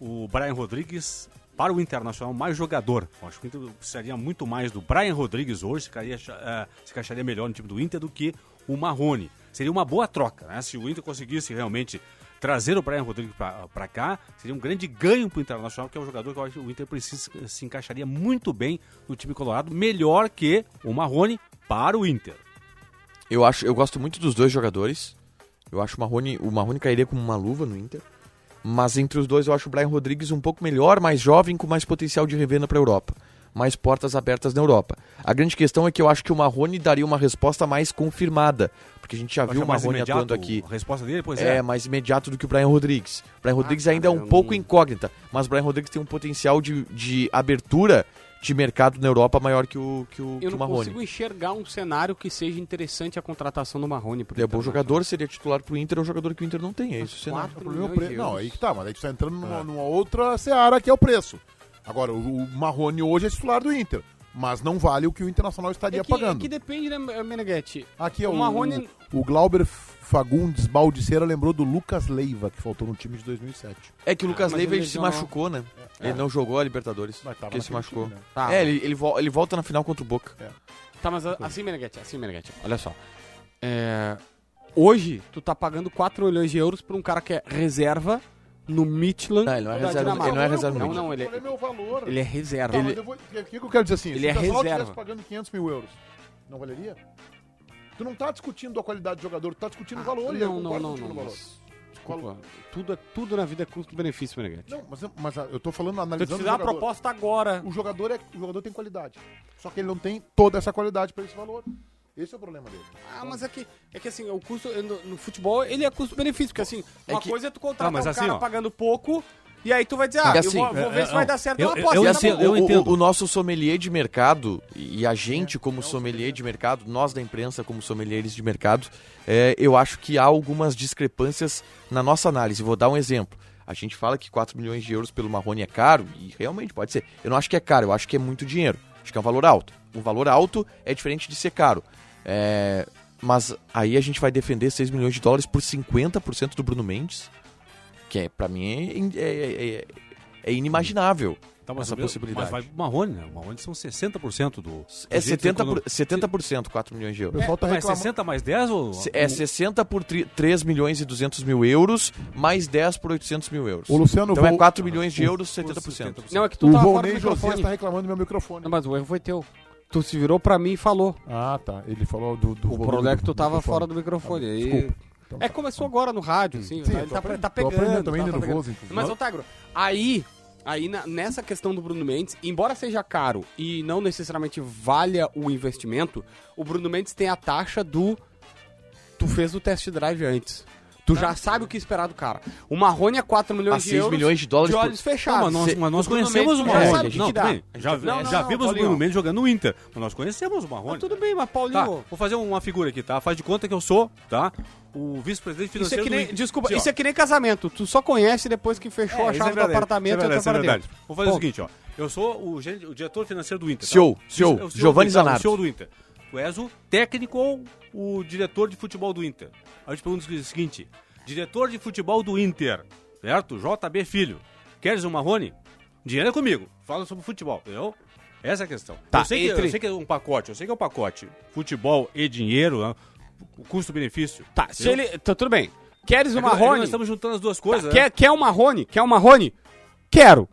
Speaker 4: o Brian Rodrigues para o Internacional mais jogador. Eu acho que o Inter precisaria muito mais do Brian Rodrigues hoje, ficaria, eh, se encaixaria melhor no time do Inter do que o Marrone. Seria uma boa troca, né? Se o Inter conseguisse realmente trazer o Brian Rodrigues para cá, seria um grande ganho para o Internacional, que é um jogador que eu acho que o Inter precisa, se encaixaria muito bem no time colorado, melhor que o Marrone para o Inter.
Speaker 5: Eu acho, eu gosto muito dos dois jogadores. Eu acho o Marrone, o Marrone cairia como uma luva no Inter. Mas entre os dois eu acho o Brian Rodrigues um pouco melhor, mais jovem, com mais potencial de revenda para a Europa. Mais portas abertas na Europa. A grande questão é que eu acho que o Marrone daria uma resposta mais confirmada. Porque a gente já viu
Speaker 4: Acho é
Speaker 5: o
Speaker 4: mais
Speaker 5: Marrone
Speaker 4: imediato
Speaker 5: atuando aqui.
Speaker 4: A resposta dele, pois
Speaker 5: É, mais imediato do que o Brian Rodrigues. O
Speaker 4: Ah,
Speaker 5: Brian Rodrigues ainda é um pouco incógnita, mas o Brian Rodrigues tem um potencial de, de abertura de mercado na Europa maior que o, que o, que
Speaker 3: Eu
Speaker 5: o
Speaker 3: não
Speaker 5: Marrone.
Speaker 3: consigo enxergar um cenário que seja interessante a contratação do Marrone. pro
Speaker 5: Ele é bom
Speaker 3: Internacional.
Speaker 5: jogador, seria titular pro Inter, é um jogador que o Inter não tem, é isso. o cenário.
Speaker 2: O
Speaker 3: 4
Speaker 2: problema é o
Speaker 3: milhões
Speaker 2: preço.
Speaker 3: de
Speaker 2: Não,
Speaker 3: euros. É.
Speaker 2: aí que tá, mas aí tu tá entrando numa, numa outra seara que é o preço. Agora, o, o Marrone hoje é titular do Inter, mas não vale o que o Internacional estaria
Speaker 3: É que, é
Speaker 2: pagando.
Speaker 3: que depende, né, Meneghetti?
Speaker 2: Aqui é o,
Speaker 3: O Marrone-
Speaker 2: o, Glauber Fagundes Baldiceira lembrou do Lucas Leiva, que faltou no time de 2007.
Speaker 5: É que o Lucas
Speaker 3: mas
Speaker 5: Leiva
Speaker 3: ele
Speaker 5: ele se
Speaker 3: lesionou.
Speaker 5: machucou, né? Ele não jogou a Libertadores,
Speaker 2: Mas tava
Speaker 5: porque se
Speaker 2: naquele
Speaker 5: machucou.
Speaker 2: time, né?
Speaker 3: Tá.
Speaker 5: É, ele, ele, vol- ele volta na final contra o Boca.
Speaker 3: Tá, mas a- assim, Meneghetti, assim, Meneghetti. Olha só. É, Hoje, tu tá pagando 4 milhões de euros pra um cara que é reserva no Midland.
Speaker 5: Não, ele não é
Speaker 3: da
Speaker 5: reserva-
Speaker 3: Dinamarca.
Speaker 5: ele não é reserva no
Speaker 3: Não,
Speaker 5: Midland.
Speaker 3: não,
Speaker 2: O
Speaker 3: ele,
Speaker 2: problema é o valor.
Speaker 3: ele é reserva.
Speaker 2: Tá, mas
Speaker 3: Ele-
Speaker 2: eu vou- O que, o que eu quero dizer assim?
Speaker 3: Ele é
Speaker 2: se o Internacional
Speaker 3: reserva.
Speaker 2: estivesse pagando 500 mil euros, não valeria? Tu não tá discutindo a qualidade do jogador, tu tá
Speaker 3: Ah,
Speaker 2: discutindo o valor. e eu
Speaker 3: Não, não,
Speaker 2: concordo
Speaker 3: não,
Speaker 2: contigo
Speaker 3: não.
Speaker 2: no valor.
Speaker 3: mas- Desculpa. Tudo, é- tudo na vida é custo-benefício, Meneghetti.
Speaker 2: Não, mas, eu- mas eu tô falando,
Speaker 3: Se eu
Speaker 2: analisando
Speaker 3: te
Speaker 2: o
Speaker 3: fizer uma
Speaker 2: jogador.
Speaker 3: proposta agora,
Speaker 2: O jogador, é, o jogador tem qualidade. Só que ele não tem toda essa qualidade pra esse valor. Esse é o problema dele.
Speaker 3: Ah, mas é que, é que assim, o custo no, no futebol, ele é custo-benefício, porque assim, uma
Speaker 5: que-
Speaker 3: coisa é tu contratar
Speaker 4: Ah, mas
Speaker 3: um
Speaker 4: assim,
Speaker 3: cara
Speaker 4: ó.
Speaker 3: pagando pouco, e aí tu vai dizer,
Speaker 5: É
Speaker 3: ah,
Speaker 5: que
Speaker 3: eu
Speaker 5: assim,
Speaker 3: vou, vou ver
Speaker 4: é,
Speaker 3: se
Speaker 4: é,
Speaker 3: vai
Speaker 4: não.
Speaker 3: dar certo
Speaker 4: Eu-
Speaker 3: na
Speaker 4: eu-
Speaker 3: aposta.
Speaker 4: eu
Speaker 5: E
Speaker 3: tá
Speaker 5: assim,
Speaker 3: bom.
Speaker 4: eu-
Speaker 5: o, o-
Speaker 4: entendo.
Speaker 5: o nosso sommelier de mercado e a gente como sommelier de mercado, nós da imprensa como sommeliers de mercado, é, eu acho que há algumas discrepâncias na nossa análise. Vou dar um exemplo. A gente fala que 4 milhões de euros pelo Marrone é caro, e realmente pode ser. Eu não acho que é caro, eu acho que é muito dinheiro. Acho que é um valor alto. Um valor alto é diferente de ser caro. É, mas aí a gente vai defender 6 milhões de dólares por 50% do Bruno Mendes, que é, pra mim é, é- é- é- é é inimaginável
Speaker 4: Tá, mas
Speaker 5: essa
Speaker 4: o meu- Mas
Speaker 5: possibilidade.
Speaker 4: vai pro Marrone, né? O Marrone são 60% do.
Speaker 5: É
Speaker 4: do jeito
Speaker 5: 70%,
Speaker 4: econômico.
Speaker 5: por, 70% 4 milhões de
Speaker 2: O
Speaker 5: euros.
Speaker 2: pessoal tá
Speaker 4: Mas
Speaker 2: reclamando.
Speaker 4: 60 mais 10 ou. um-
Speaker 5: Se- É 60 por tri- 3 milhões e 200 mil euros, mais 10 por 800 mil euros.
Speaker 2: O Luciano
Speaker 5: então é
Speaker 2: Vol-
Speaker 5: 4 milhões de euros, 70%.
Speaker 3: Não, é que tu
Speaker 2: O
Speaker 3: tava fora do
Speaker 2: Volney Josias
Speaker 3: microfone.
Speaker 2: tá reclamando do meu microfone.
Speaker 3: Não, mas o erro foi teu. Tu se virou pra mim e falou.
Speaker 2: Ah, tá. Ele falou do. do
Speaker 3: O problema é que tu tava fora do microfone.
Speaker 2: Tá bom,
Speaker 3: aí-
Speaker 2: desculpa. Então
Speaker 3: é,
Speaker 2: tá.
Speaker 3: começou agora no rádio, assim.
Speaker 2: Sim,
Speaker 3: tá,
Speaker 2: eu
Speaker 3: ele
Speaker 2: tô
Speaker 3: tá,
Speaker 2: aprendendo,
Speaker 3: tá
Speaker 2: tô
Speaker 3: pegando.
Speaker 2: aprendendo, tô
Speaker 3: tá-
Speaker 2: meio
Speaker 3: tá pegando.
Speaker 2: nervoso, inclusive.
Speaker 3: Mas, Otagro, aí, aí na- nessa questão do Bruno Mendes, embora seja caro e não necessariamente valha o investimento, o Bruno Mendes tem a taxa do... Tu fez o test drive antes. Tu já sabe o que esperar do cara. O Marrone é 4
Speaker 5: A
Speaker 3: milhões de
Speaker 5: 6
Speaker 3: euros
Speaker 5: milhões de
Speaker 3: de
Speaker 5: dólares por
Speaker 3: olhos fechados.
Speaker 4: Não, é um mas nós,
Speaker 5: Se-
Speaker 4: mas nós
Speaker 3: o Bruno
Speaker 4: conhecemos o
Speaker 3: Mendes,
Speaker 5: é,
Speaker 4: Marrone.
Speaker 5: a gente
Speaker 4: não,
Speaker 3: dá.
Speaker 4: tudo bem. Já,
Speaker 3: Não, não,
Speaker 4: já
Speaker 3: não,
Speaker 4: vimos o
Speaker 3: Paulinho.
Speaker 4: Bruno Mendes jogando no Inter, mas nós conhecemos o
Speaker 3: Ah,
Speaker 4: Marrone.
Speaker 3: tudo bem, mas
Speaker 4: Tá,
Speaker 3: Paulinho...
Speaker 4: vou fazer uma figura aqui, tá? Faz de conta que eu sou, tá? O vice-presidente
Speaker 3: Isso é
Speaker 4: financeiro
Speaker 3: que
Speaker 4: do
Speaker 3: nem,
Speaker 4: Inter.
Speaker 3: desculpa,
Speaker 4: Assim, ó.
Speaker 3: isso é que nem casamento. Tu só conhece depois que fechou a
Speaker 4: É, isso
Speaker 3: chave do
Speaker 4: verdade,
Speaker 3: apartamento
Speaker 4: isso é
Speaker 3: e
Speaker 4: verdade,
Speaker 3: entra
Speaker 4: isso é
Speaker 3: pra
Speaker 4: verdade.
Speaker 3: dentro.
Speaker 4: Vou fazer
Speaker 3: Bom.
Speaker 4: o seguinte, ó. Eu sou o, gen- o diretor financeiro do Inter.
Speaker 5: CEO,
Speaker 4: Isso,
Speaker 5: CEO,
Speaker 4: é o
Speaker 5: Giovanni
Speaker 4: do Inter, tá?
Speaker 5: Zanardi.
Speaker 4: O CEO do Inter. Tu és o técnico ou o diretor de futebol do Inter? A gente pergunta o seguinte: diretor de futebol do Inter, certo? JB Filho. Queres o Marrone? Dinheiro é comigo. Fala sobre futebol, entendeu? Essa é a questão.
Speaker 3: Tá,
Speaker 4: eu, sei que,
Speaker 3: entre-
Speaker 4: eu sei que é um pacote, eu sei que é um pacote. Futebol e dinheiro, né? o custo-benefício.
Speaker 3: Tá, se
Speaker 4: entendeu?
Speaker 3: ele. Tá, tudo bem. Queres o
Speaker 4: É que- é que Nós
Speaker 3: Marrone?
Speaker 4: estamos juntando as duas
Speaker 3: Tá,
Speaker 4: coisas. né?
Speaker 3: quer, quer o Marrone? Quer o Marrone? Quero.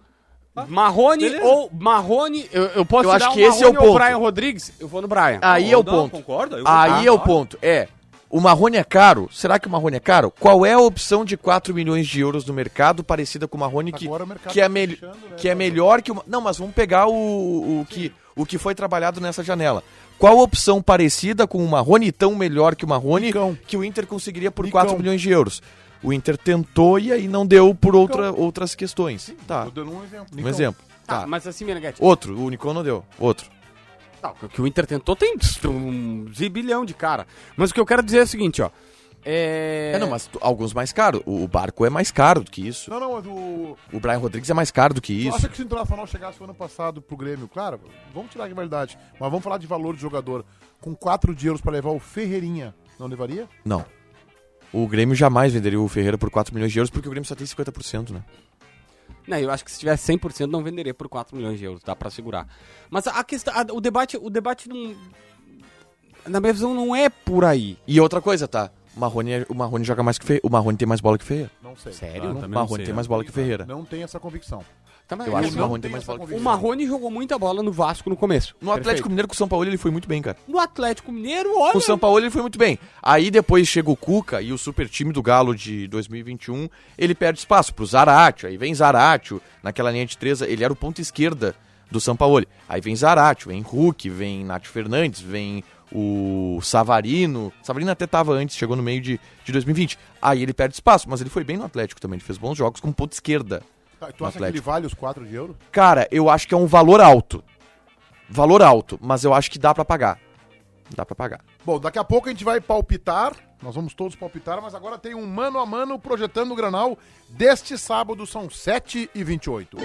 Speaker 3: Marrone
Speaker 4: Ah, beleza.
Speaker 3: ou Marrone. Eu, eu posso
Speaker 5: Eu
Speaker 3: te
Speaker 5: acho
Speaker 3: dar um
Speaker 5: que esse é o
Speaker 3: Marrone ou
Speaker 5: ponto.
Speaker 3: Brian Rodrigues? Eu vou no Brian.
Speaker 5: Aí é o
Speaker 4: Não,
Speaker 5: ponto.
Speaker 4: concordo, eu
Speaker 5: Aí
Speaker 4: concordo.
Speaker 5: é o ponto. É. O Marrone é caro? Será que o Marrone é caro? Qual é a opção de 4 milhões de euros no mercado parecida com o Marrone que,
Speaker 2: Agora o mercado
Speaker 5: que, é,
Speaker 2: tá
Speaker 5: mel-
Speaker 2: fechando, né,
Speaker 5: que é
Speaker 2: Fábio?
Speaker 5: melhor que o. Não, mas vamos pegar o, o, que, o que foi trabalhado nessa janela. Qual a opção parecida com o Marrone e tão melhor que o Marrone
Speaker 2: Nicão.
Speaker 5: que o Inter conseguiria por
Speaker 2: Nicão.
Speaker 5: 4 milhões de euros? O Inter tentou e aí não deu por outra, outras questões. Tá.
Speaker 2: Tô dando um exemplo.
Speaker 5: Um
Speaker 2: Nicão.
Speaker 5: exemplo.
Speaker 3: Tá,
Speaker 5: Tá.
Speaker 3: mas assim, Meneghete.
Speaker 5: Outro. O Nicão não deu. Outro.
Speaker 3: Não, tá, o que o Inter tentou tem um zibilhão de cara. Mas o que eu quero dizer é o seguinte, ó. É.
Speaker 5: É, não, mas tu- alguns mais caros. O, o barco é mais caro do que isso.
Speaker 2: Não, não, mas o.
Speaker 5: O Brian Rodrigues é mais caro do que
Speaker 2: Isso.
Speaker 5: isso.
Speaker 2: Acha que se o Internacional chegasse o ano passado pro Grêmio, claro, vamos tirar a rivalidade, mas vamos falar de valor de jogador. Com 4 de euros pra levar o Ferreirinha, não levaria?
Speaker 5: Não. O Grêmio jamais venderia o Ferreira por 4 milhões de euros, porque o Grêmio só tem 50%, né?
Speaker 3: Não, eu acho que se tivesse 100% não venderia por 4 milhões de euros, dá pra segurar. Mas a questão, a- o debate, o debate não na minha visão não é por aí.
Speaker 5: E outra coisa, tá? O Marrone, é- o Marrone joga mais que o Ferreira. O Marrone tem mais bola que o Ferreira.
Speaker 2: Não sei.
Speaker 3: Sério?
Speaker 5: O
Speaker 4: Também não
Speaker 5: Marrone
Speaker 4: sei, né?
Speaker 5: tem mais bola que o Ferreira.
Speaker 2: Não tem essa convicção.
Speaker 3: Tá, mas
Speaker 5: Eu
Speaker 3: ele
Speaker 5: acho que o
Speaker 3: não-
Speaker 5: Marrone tem
Speaker 2: tem
Speaker 5: mais
Speaker 2: essa
Speaker 5: bola que o
Speaker 3: o
Speaker 5: Ferreira.
Speaker 3: Marrone jogou muita bola no Vasco no começo.
Speaker 5: No Atlético Mineiro com o São Paulo ele foi muito bem, cara.
Speaker 3: No Atlético Mineiro, olha.
Speaker 5: Com o São Paulo ele foi muito bem. Aí depois chega o Cuca e o super time do Galo de 2021, ele perde espaço pro Zaratio. Aí vem Zaratio, naquela linha de três, ele era o ponto esquerda do São Paulo. Aí vem Zaratio, vem Hulk, vem Nath Fernandes, vem o Savarino. Savarino até tava antes, chegou no meio de, de 2020. Aí ele perde espaço, mas ele foi bem no Atlético também, ele fez bons jogos com ponto esquerda.
Speaker 2: Ah, Tu acha
Speaker 5: Atlético.
Speaker 2: que ele vale os 4 de euros?
Speaker 5: Cara, eu acho que é um valor alto. Valor alto, mas eu acho que dá pra pagar. Dá pra pagar.
Speaker 2: Bom, daqui a pouco a gente vai palpitar. Nós vamos todos palpitar, mas agora tem um mano a mano projetando o Granal deste sábado, são 7h28.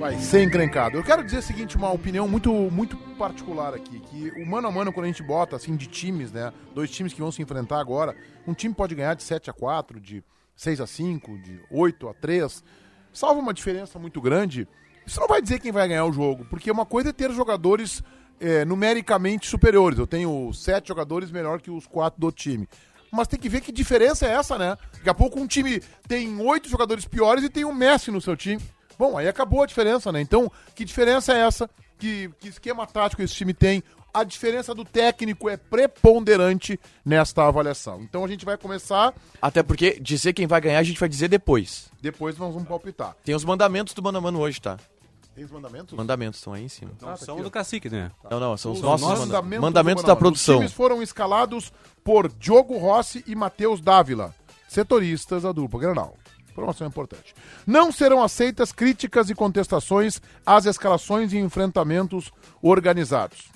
Speaker 2: Vai ser encrencado. Eu quero dizer o seguinte, uma opinião muito, muito particular aqui, que o mano a mano, quando a gente bota, assim, de times, né, dois times que vão se enfrentar agora, um time pode ganhar de 7 a 4, de 6 a 5, de 8 a 3, salvo uma diferença muito grande, isso não vai dizer quem vai ganhar o jogo, porque uma coisa é ter jogadores eh, numericamente superiores, eu tenho sete jogadores melhor que os quatro do outro time. Mas tem que ver que diferença é essa, né? Daqui a pouco um time tem oito jogadores piores e tem o Messi no seu time. Bom, aí acabou a diferença, né? Então, que diferença é essa? Que, que esquema tático esse time tem? A diferença do técnico é preponderante nesta avaliação. Então a gente vai começar,
Speaker 5: Até porque dizer quem vai ganhar a gente vai dizer depois.
Speaker 2: depois nós vamos palpitar.
Speaker 5: Tem os mandamentos do Mano a Mano hoje, tá?
Speaker 2: Tem os mandamentos?
Speaker 5: Mandamentos estão aí em cima.
Speaker 4: Não
Speaker 2: Ah, tá
Speaker 4: são
Speaker 2: aqui,
Speaker 4: do
Speaker 2: ó.
Speaker 4: cacique, né?
Speaker 5: Não, não, são os,
Speaker 2: Os
Speaker 5: nossos
Speaker 2: nossos
Speaker 5: mandamentos,
Speaker 2: mandamentos,
Speaker 5: mandamentos
Speaker 2: do
Speaker 5: da
Speaker 2: Guanabara. Os
Speaker 5: produção.
Speaker 2: times foram escalados por Diogo Rossi e Matheus Dávila, setoristas da dupla Granal. Informação importante. Não serão aceitas críticas e contestações às escalações e enfrentamentos organizados.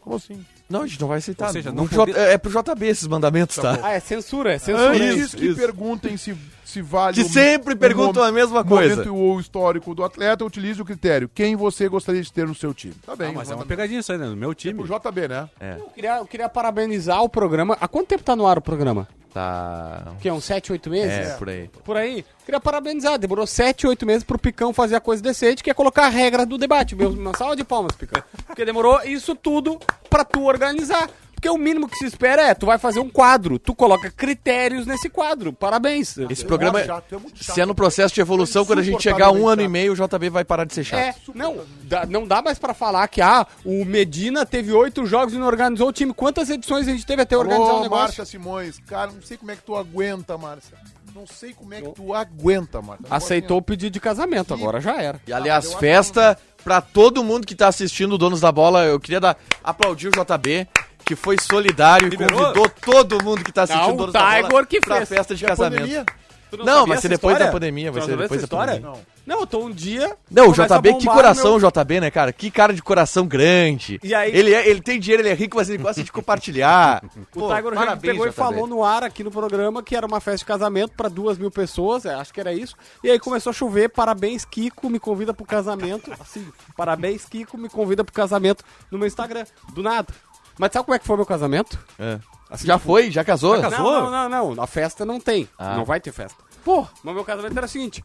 Speaker 2: Como assim?
Speaker 5: Não, a gente não vai aceitar.
Speaker 4: Ou seja,
Speaker 5: O
Speaker 4: não
Speaker 5: J-
Speaker 4: poder-
Speaker 5: É é pro JB esses mandamentos, tá?
Speaker 3: Ah, é censura, é censura.
Speaker 2: Antes
Speaker 5: Isso,
Speaker 2: que
Speaker 5: isso.
Speaker 2: perguntem se, se vale
Speaker 5: Que sempre perguntam a mesma coisa.
Speaker 2: momento ou histórico do atleta, utilize o critério. Quem você gostaria de ter no seu time? Tá bem.
Speaker 4: Ah, mas é uma
Speaker 2: exatamente.
Speaker 4: pegadinha isso aí, né? No meu
Speaker 2: O
Speaker 4: time.
Speaker 2: JB, né?
Speaker 3: Eu queria, eu queria parabenizar o programa. Há quanto tempo tá no ar o programa?
Speaker 5: Tá.
Speaker 3: Que é uns 7, 8 meses?
Speaker 5: É, por aí.
Speaker 3: Por aí. Queria parabenizar, demorou 7, 8 meses pro Picão fazer a coisa decente, que é colocar a regra do debate. Meu, uma salva de palmas, Picão. Porque demorou isso tudo pra tu organizar. Porque o mínimo que se espera é, tu vai fazer um quadro, tu coloca critérios nesse quadro. Parabéns.
Speaker 5: Esse programa,
Speaker 2: É chato, é muito chato.
Speaker 5: se é no processo de evolução,
Speaker 2: É
Speaker 5: quando a gente chegar a um ano
Speaker 2: insuportavelmente
Speaker 5: e meio, o JB vai parar de ser chato.
Speaker 3: É, não, dá- não dá mais pra falar que ah, o Medina teve oito jogos e não organizou o time. Quantas edições a gente teve até organizar o
Speaker 2: Ô,
Speaker 3: negócio?
Speaker 2: Márcia Simões, cara, não sei como é que tu aguenta, Márcia. Não sei como é que tu aguenta, Márcia.
Speaker 3: Aceitou o pedido de casamento, agora já era.
Speaker 5: E aliás, festa pra todo mundo que tá assistindo o Donos da Bola. Eu queria dar, aplaudir o JB, que foi solidário e
Speaker 4: Liberou?
Speaker 5: convidou todo mundo que tá assistindo
Speaker 3: Não,
Speaker 5: o Donos
Speaker 3: o
Speaker 5: da Bola
Speaker 3: Tiger que
Speaker 5: pra
Speaker 3: fez.
Speaker 5: festa de
Speaker 2: Pandemia?
Speaker 5: casamento.
Speaker 4: Tu
Speaker 5: Não,
Speaker 4: sabia
Speaker 5: vai
Speaker 4: essa
Speaker 5: ser depois
Speaker 4: história?
Speaker 5: da pandemia, vai
Speaker 4: Tu não
Speaker 5: ser
Speaker 4: sabia
Speaker 5: depois
Speaker 4: essa
Speaker 5: da
Speaker 4: história?
Speaker 5: pandemia.
Speaker 3: Não, eu tô um dia.
Speaker 5: Não, o
Speaker 4: Começa a
Speaker 5: JB, que
Speaker 4: bombar
Speaker 5: coração
Speaker 4: no
Speaker 5: o JB, né, cara? Que cara de coração grande.
Speaker 4: E aí-
Speaker 5: Ele, é- ele tem dinheiro, ele é rico, mas ele gosta de compartilhar.
Speaker 3: O Tiger já pegou e falou no ar aqui no programa que era uma festa de casamento pra duas mil pessoas, é, acho que era isso. E aí começou a chover, parabéns Kiko, me convida pro casamento. Assim, parabéns Kiko, me convida pro casamento no meu Instagram, do nada. Mas sabe como é que foi meu casamento?
Speaker 5: É.
Speaker 3: Assim,
Speaker 5: Já foi? Já casou?
Speaker 4: Já casou?
Speaker 3: tipo, Não, não, não, não. A festa não tem.
Speaker 5: Ah.
Speaker 3: Não vai ter festa. Pô, mas meu casamento era o seguinte.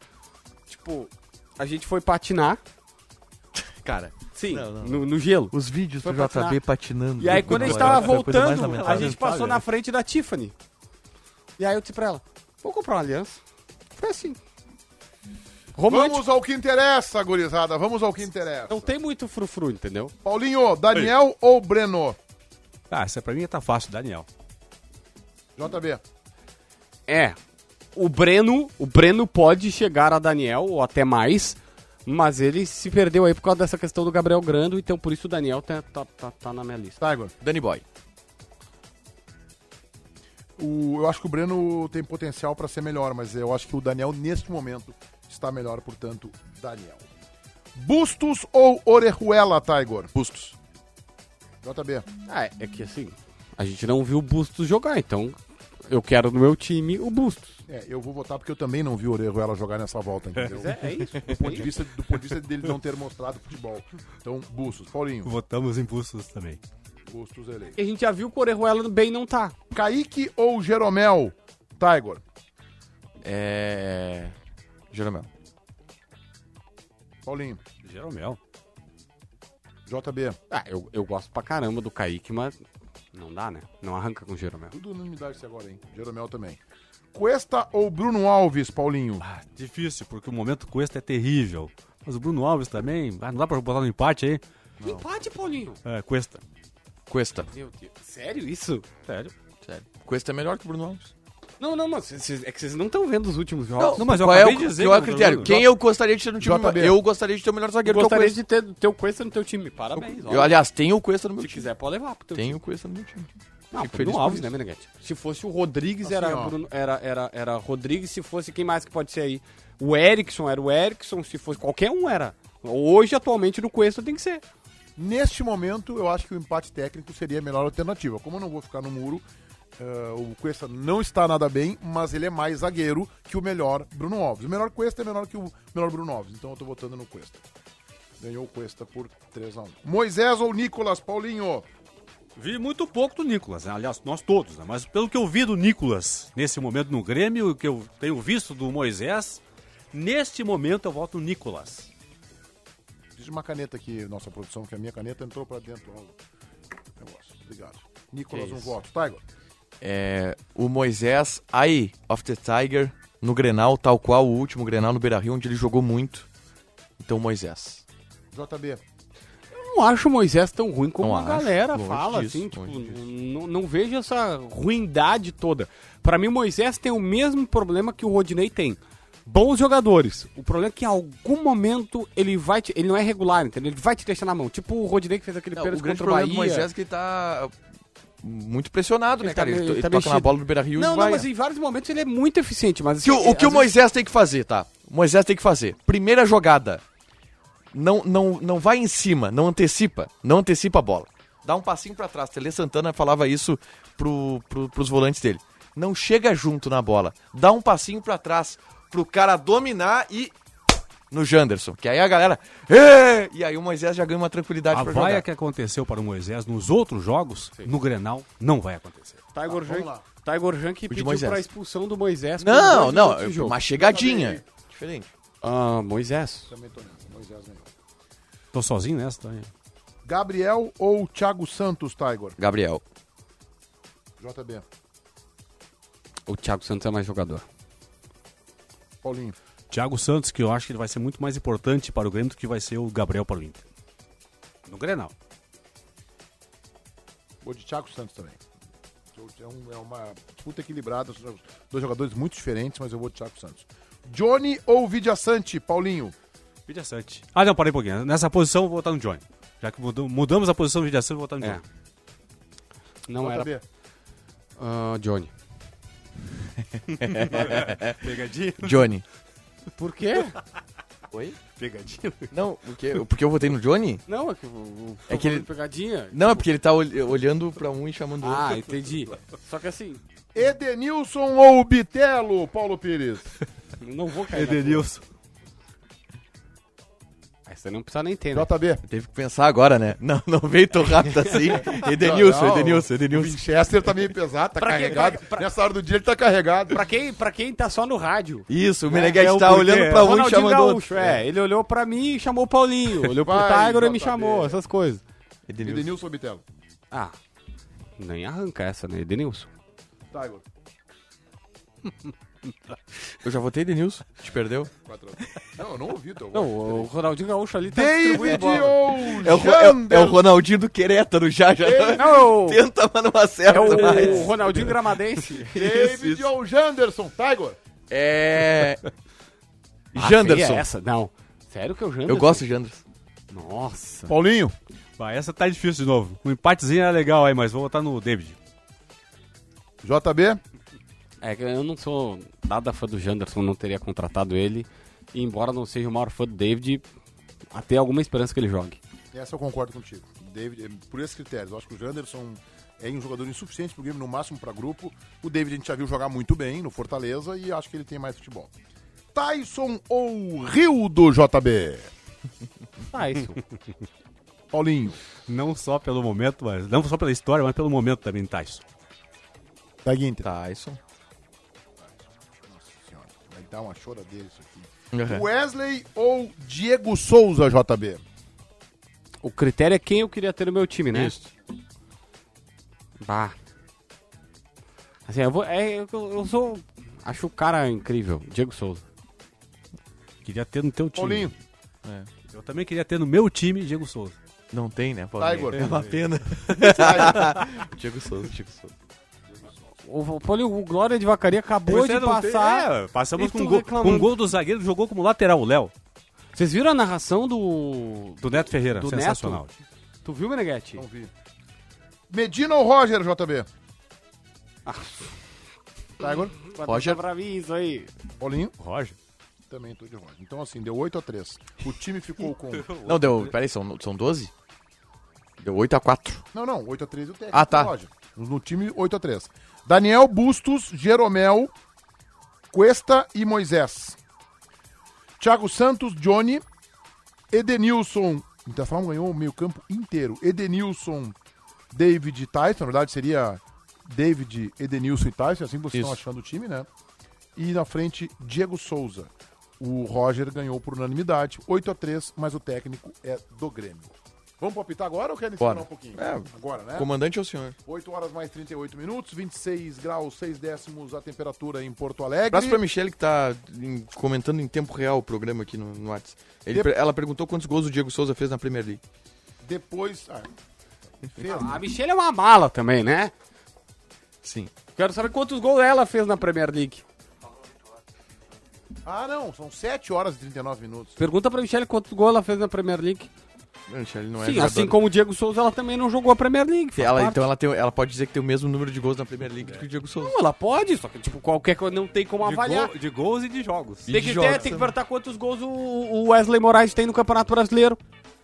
Speaker 3: Tipo, a gente foi patinar.
Speaker 5: Cara,
Speaker 3: Sim,
Speaker 5: Não, não.
Speaker 3: No, no gelo.
Speaker 5: os vídeos
Speaker 3: Foi
Speaker 5: do JB
Speaker 3: patinar.
Speaker 5: patinando.
Speaker 3: E aí quando a gente tava
Speaker 5: Foi a coisa mais
Speaker 3: voltando, a
Speaker 5: lamentável.
Speaker 3: gente passou na frente da Tiffany. E aí eu disse pra ela, vou comprar uma aliança. Foi assim. Romântico.
Speaker 2: Vamos ao que interessa, gurizada. Vamos ao que interessa.
Speaker 3: Não tem muito frufru, entendeu?
Speaker 2: Paulinho, Daniel ou Breno?
Speaker 4: Ah, essa pra mim tá fácil, Daniel.
Speaker 2: JB.
Speaker 3: É. O Breno, o Breno pode chegar a Daniel, ou até mais, mas ele se perdeu aí por causa dessa questão do Gabriel Grando, então por isso o Daniel tá, tá, tá, tá na minha lista.
Speaker 2: Tiger.
Speaker 5: Danny Boy.
Speaker 2: O, eu acho que o Breno tem potencial pra ser melhor, mas eu acho que o Daniel, neste momento, está melhor, portanto, Daniel. Bustos ou Orejuela, Tiger?
Speaker 5: Bustos.
Speaker 2: JB.
Speaker 3: Ah, é, é que assim, a gente não viu o Bustos jogar, então eu quero no meu time o Bustos.
Speaker 2: É, eu vou votar porque eu também não vi o Orejuela jogar nessa volta, entendeu?
Speaker 3: É, isso.
Speaker 2: Do ponto de vista, do ponto de vista dele não ter mostrado futebol. Então, Bustos. Paulinho,
Speaker 4: Votamos em bustos também.
Speaker 2: Bustos eleito.
Speaker 3: E a gente já viu que o Orejuela bem não tá.
Speaker 2: Kaique ou Jeromel? Tiger.
Speaker 5: É. Jeromel.
Speaker 2: Paulinho,
Speaker 4: Jeromel.
Speaker 2: JB.
Speaker 3: Ah, eu, eu gosto pra caramba do Kaique, mas não dá, né? Não arranca com o Jeromel.
Speaker 2: Tudo unanimidade até agora, hein? Jeromel também. Cuesta ou Bruno Alves, Paulinho?
Speaker 4: Ah, difícil, porque o momento com este é terrível. Mas o Bruno Alves também. Ah, não dá pra botar no empate aí?
Speaker 3: Empate, Paulinho!
Speaker 4: É, Cuesta.
Speaker 5: Cuesta.
Speaker 3: Meu Deus. Sério isso?
Speaker 4: Sério.
Speaker 5: Sério. Cuesta é melhor que o Bruno Alves.
Speaker 3: Não, não, mas cês- cês- é que vocês não estão vendo os últimos
Speaker 5: Não,
Speaker 3: jogos.
Speaker 4: mas eu
Speaker 5: qual é o,
Speaker 4: acabei de dizer
Speaker 5: qual é o
Speaker 4: que eu tô
Speaker 5: critério?
Speaker 4: jogando.
Speaker 5: Quem eu gostaria de ter no time?
Speaker 2: JB.
Speaker 5: Eu gostaria de ter o melhor zagueiro
Speaker 3: Gostaria
Speaker 5: que é o
Speaker 3: de ter, ter o Cuesta no teu time. Parabéns.
Speaker 5: Cuesta. Eu, aliás, tenho o Cuesta no meu
Speaker 3: se
Speaker 5: time.
Speaker 3: quiser, pode levar pro teu
Speaker 5: Tenho o Cuesta no meu time.
Speaker 3: time. Não,
Speaker 5: Fico feliz
Speaker 3: Bruno
Speaker 5: por
Speaker 3: Alves,
Speaker 5: isso.
Speaker 3: né, Meneghete? Se fosse o Rodrigues,
Speaker 2: Assim,
Speaker 3: era,
Speaker 2: ó.
Speaker 3: Bruno- era, era, era Rodrigues. Se fosse, quem mais que pode ser aí? O Erickson era o Erickson. Se fosse qualquer um, era. Hoje, atualmente, no Cuesta tem que ser.
Speaker 2: Neste momento, eu acho que o empate técnico seria a melhor alternativa. Como eu não vou ficar no muro, eh, o Cuesta não está nada bem, mas ele é mais zagueiro que o melhor Bruno Alves. O melhor Cuesta é melhor que o melhor Bruno Alves, então eu tô votando no Cuesta. Ganhou o Cuesta por 3x1. Moisés ou Nicolas, Paulinho?
Speaker 4: Vi muito pouco do Nicolas, né? aliás, nós todos, né? mas pelo que eu vi do Nicolas nesse momento no Grêmio, o que eu tenho visto do Moisés, neste momento eu voto no Nicolas.
Speaker 2: Diz uma caneta aqui, nossa produção, que a minha caneta entrou pra dentro. ó, o Negócio. Obrigado. Nicolas,
Speaker 5: Que
Speaker 2: um
Speaker 5: isso.
Speaker 2: voto. Tiger.
Speaker 5: É, o Moisés, aí, of the Tiger, no Grenal, tal qual o último Grenal no Beira-Rio, onde ele jogou muito. Então, Moisés.
Speaker 2: JB.
Speaker 3: não acho o Moisés tão ruim como
Speaker 5: Não
Speaker 3: a
Speaker 5: acho,
Speaker 3: galera
Speaker 5: longe
Speaker 3: fala,
Speaker 5: disso,
Speaker 3: assim, tipo,
Speaker 5: longe disso.
Speaker 3: não, não vejo essa ruindade toda. Pra mim, o Moisés tem o mesmo problema que o Rodinei tem. Bons jogadores. O problema é que em algum momento ele vai te- ele não é regular, entendeu? Ele vai te deixar na mão. Tipo o Rodinei que fez aquele
Speaker 5: o
Speaker 3: pênalti
Speaker 5: grande
Speaker 3: contra o
Speaker 5: problema
Speaker 3: Bahia.
Speaker 5: do Moisés é que ele tá muito pressionado,
Speaker 3: Ele
Speaker 5: né,
Speaker 3: tá
Speaker 5: cara?
Speaker 3: meio-
Speaker 5: ele to-
Speaker 3: ele
Speaker 5: ele
Speaker 3: tá
Speaker 5: toca na
Speaker 3: mexido.
Speaker 5: bola do Beira-Rio
Speaker 3: Não,
Speaker 5: e
Speaker 3: não,
Speaker 5: vai.
Speaker 3: mas em vários momentos ele é muito eficiente, mas assim,
Speaker 5: Que o, o que o
Speaker 3: às vezes-
Speaker 5: Moisés tem que fazer, tá? O Moisés tem que fazer. Primeira jogada. Não, não, não vai em cima, não antecipa. Não antecipa a bola. Dá um passinho pra trás. Tele Santana falava isso pro, pro, pros volantes dele. Não chega junto na bola. Dá um passinho pra trás pro cara dominar e. No Janderson. Que aí a galera. "Ê!" E aí o Moisés já ganha uma tranquilidade
Speaker 3: Ah,
Speaker 4: A
Speaker 5: pra
Speaker 4: vaia
Speaker 5: jogar.
Speaker 4: que aconteceu para o Moisés nos outros jogos, no Grenal, não vai acontecer.
Speaker 3: Tiger Junk.
Speaker 2: lá.
Speaker 3: Tiger Junk pediu
Speaker 5: Moisés.
Speaker 3: pra expulsão do Moisés. pelo
Speaker 5: Não,
Speaker 3: dois
Speaker 5: não, é
Speaker 3: minutos de jogo.
Speaker 5: uma chegadinha. Diferente.
Speaker 3: Ah, Moisés.
Speaker 4: Tô sozinho nessa, tá?
Speaker 2: Gabriel ou Thiago Santos, Tiger?
Speaker 5: Gabriel.
Speaker 2: JB.
Speaker 3: O Thiago Santos é mais jogador.
Speaker 2: Paulinho.
Speaker 4: Thiago Santos, que eu acho que ele vai ser muito mais importante para o Grêmio do que vai ser o Gabriel para o Inter. No Grenal.
Speaker 2: Vou de Thiago Santos também. É, um- é uma disputa equilibrada. são Dois jogadores muito diferentes, mas eu vou de Thiago Santos. Johnny ou Vidia Sante, Paulinho?
Speaker 4: Vidia Sante. Ah, não, parei um pouquinho. Nessa posição, eu vou votar no Johnny. Já que mudou- mudamos a posição do Vidia Sante, eu vou votar no
Speaker 3: É.
Speaker 4: Johnny.
Speaker 3: Não era.
Speaker 2: JB.
Speaker 3: Ah, Johnny.
Speaker 4: É. Pegadinha?
Speaker 5: Johnny.
Speaker 3: Por quê?
Speaker 5: Oi?
Speaker 4: Pegadinha.
Speaker 5: Não, porque, porque eu votei no Johnny?
Speaker 3: Não, é que o.
Speaker 5: É que ele-
Speaker 3: Pegadinha.
Speaker 5: Não, é porque ele tá ol- olhando pra um e chamando o outro.
Speaker 3: Ah, entendi. Só que assim,
Speaker 2: Edenilson ou Bitelo, Paulo Pires?
Speaker 3: não vou cair. na
Speaker 4: Edenilson.
Speaker 3: tua. Ah, Você não precisa nem ter. né?
Speaker 2: JB.
Speaker 5: Teve que pensar agora, né? Não, não veio tão rápido assim. Edenilson,
Speaker 2: Não, não,
Speaker 5: Edenilson,
Speaker 2: O
Speaker 5: Edenilson.
Speaker 2: Winchester tá meio pesado, tá carregado. Nessa hora do dia ele tá carregado.
Speaker 3: Pra quem, pra quem tá só no rádio.
Speaker 5: Isso, o
Speaker 4: é
Speaker 5: Meneghete
Speaker 4: o
Speaker 5: tá
Speaker 4: porquê.
Speaker 5: olhando pra um e
Speaker 3: Ronaldinho
Speaker 5: chamando o outro.
Speaker 3: Gaúcho, é. Ele olhou pra mim e chamou o Paulinho. Olhou pro
Speaker 2: Vai,
Speaker 3: Tiger e me
Speaker 2: JB.
Speaker 3: chamou, essas coisas.
Speaker 5: Edenilson.
Speaker 2: Edenilson ou Bitelo?
Speaker 3: Ah, nem arranca essa, né, Edenilson?
Speaker 2: Tiger.
Speaker 5: Eu já votei Edenilson. Te perdeu?
Speaker 2: Quatro. Não, eu não ouvi teu
Speaker 3: Não, o Ronaldinho Gaúcho ali tá distribuindo
Speaker 2: David
Speaker 3: bola.
Speaker 2: ou
Speaker 5: É o, Ro- é o- é o Ronaldinho do Querétaro já, já.
Speaker 3: Não, é o-
Speaker 5: Tenta, mas não acerta
Speaker 3: é o,
Speaker 5: mais.
Speaker 3: Ronaldinho Gramadense.
Speaker 2: David ou Janderson, Tiger.
Speaker 5: É.
Speaker 3: Ah,
Speaker 5: Janderson.
Speaker 3: feia essa? Não. Sério que é o Janderson?
Speaker 5: Eu gosto de Janderson.
Speaker 3: Nossa.
Speaker 2: Paulinho.
Speaker 4: Bah, essa tá difícil de novo. Um empatezinho era legal aí, mas vou votar no David.
Speaker 2: JB.
Speaker 3: É que eu não sou nada fã do Janderson, não teria contratado ele. E embora não seja o maior fã do David, até alguma esperança que ele jogue.
Speaker 2: Essa eu concordo contigo. David, eh, por esses critérios, eu acho que o Janderson é um jogador insuficiente pro Grêmio, no máximo para grupo. O David a gente já viu jogar muito bem no Fortaleza e acho que ele tem mais futebol. Tyson ou Rio do JB?
Speaker 3: Ah, isso.
Speaker 2: Paulinho.
Speaker 4: Não só pelo momento, mas não só pela história, mas pelo momento também, Tyson.
Speaker 2: Da
Speaker 5: Tá.
Speaker 2: Guinter.
Speaker 5: Tyson.
Speaker 2: Senhora, vai dar uma choradeira isso aqui.
Speaker 5: É.
Speaker 2: Wesley ou Diego Souza, JB?
Speaker 3: o critério é quem eu queria ter no meu time, né?
Speaker 5: Isso.
Speaker 3: Bah. Assim, eu vou. É, eu, eu sou. Acho o cara incrível, Diego Souza.
Speaker 4: Queria ter no teu time.
Speaker 2: Paulinho.
Speaker 4: Eu também queria ter no meu time Diego Souza.
Speaker 5: Não tem, né, Paulo?
Speaker 2: Tiger.
Speaker 5: É uma pena. Diego Souza, Diego Souza.
Speaker 3: O, o, Paulinho, o Glória de Vacaria acabou de passar.
Speaker 4: É, passamos
Speaker 3: E
Speaker 4: com
Speaker 3: tu
Speaker 4: um, gol,
Speaker 3: reclamando.
Speaker 4: com um gol do zagueiro que jogou como lateral, o Léo.
Speaker 3: Vocês viram a narração do.
Speaker 4: Do Neto Ferreira,
Speaker 3: Do
Speaker 4: sensacional.
Speaker 3: Tu viu, Meneghetti?
Speaker 2: Não vi. Medina ou Roger, JB? Tiger.
Speaker 5: Roger.
Speaker 3: Tá pra mim isso aí.
Speaker 2: Paulinho.
Speaker 4: Roger.
Speaker 2: Também tô de Roger. Então, assim, deu 8 a 3 O time ficou com.
Speaker 5: Não, deu. Peraí, são, são 12? Deu 8 a 4.
Speaker 2: Não, não, 8 a 3 o técnico.
Speaker 5: Ah, tá.
Speaker 2: o Roger. No time, 8 a 3 Daniel Bustos, Jeromel, Cuesta e Moisés. Thiago Santos, Johnny, Edenilson. O Interflam ganhou o meio-campo inteiro. Edenilson, David e Tyson. Na verdade, seria David, Edenilson e Tyson. Assim vocês
Speaker 5: Isso.
Speaker 2: estão achando o time, né? E na frente, Diego Souza. O Roger ganhou por unanimidade. 8 a 3 mas o técnico é do Grêmio. Vamos palpitar agora ou querem esperar
Speaker 5: Bora.
Speaker 2: um pouquinho?
Speaker 5: É.
Speaker 2: Agora, né?
Speaker 5: Comandante ou senhor?
Speaker 2: 8 horas mais 38 minutos, 26 graus, 6 décimos a temperatura em Porto Alegre.
Speaker 5: Abraço pra Michelle que tá em- comentando em tempo real o programa aqui no, no WhatsApp. Ele per- Ela perguntou quantos gols o Diego Souza fez na Premier League.
Speaker 2: Depois. Ah,
Speaker 5: tá
Speaker 2: fez, né?
Speaker 3: A Michelle é uma mala também, né?
Speaker 5: Sim.
Speaker 3: Quero saber quantos gols ela fez na Premier League.
Speaker 2: ah, não, são 7 horas e 39 minutos.
Speaker 3: Pergunta pra Michelle quantos gols ela fez na Premier League.
Speaker 5: Michelle não é
Speaker 3: Sim,
Speaker 5: jogadora.
Speaker 3: assim como o Diego Souza, ela também não jogou a Premier League. faz
Speaker 5: Ela,
Speaker 3: parte.
Speaker 5: então ela, tem, ela pode dizer que tem o mesmo número de gols na Premier League do que o Diego Souza.
Speaker 3: Não, ela pode, só que tipo, qualquer coisa não tem como
Speaker 4: De,
Speaker 3: avaliar.
Speaker 4: gol- de gols e de jogos.
Speaker 5: E
Speaker 3: Tem
Speaker 5: de
Speaker 3: que,
Speaker 5: jogos
Speaker 3: ter, tem que
Speaker 5: também.
Speaker 3: perguntar quantos gols o o Wesley Moraes tem no Campeonato Brasileiro.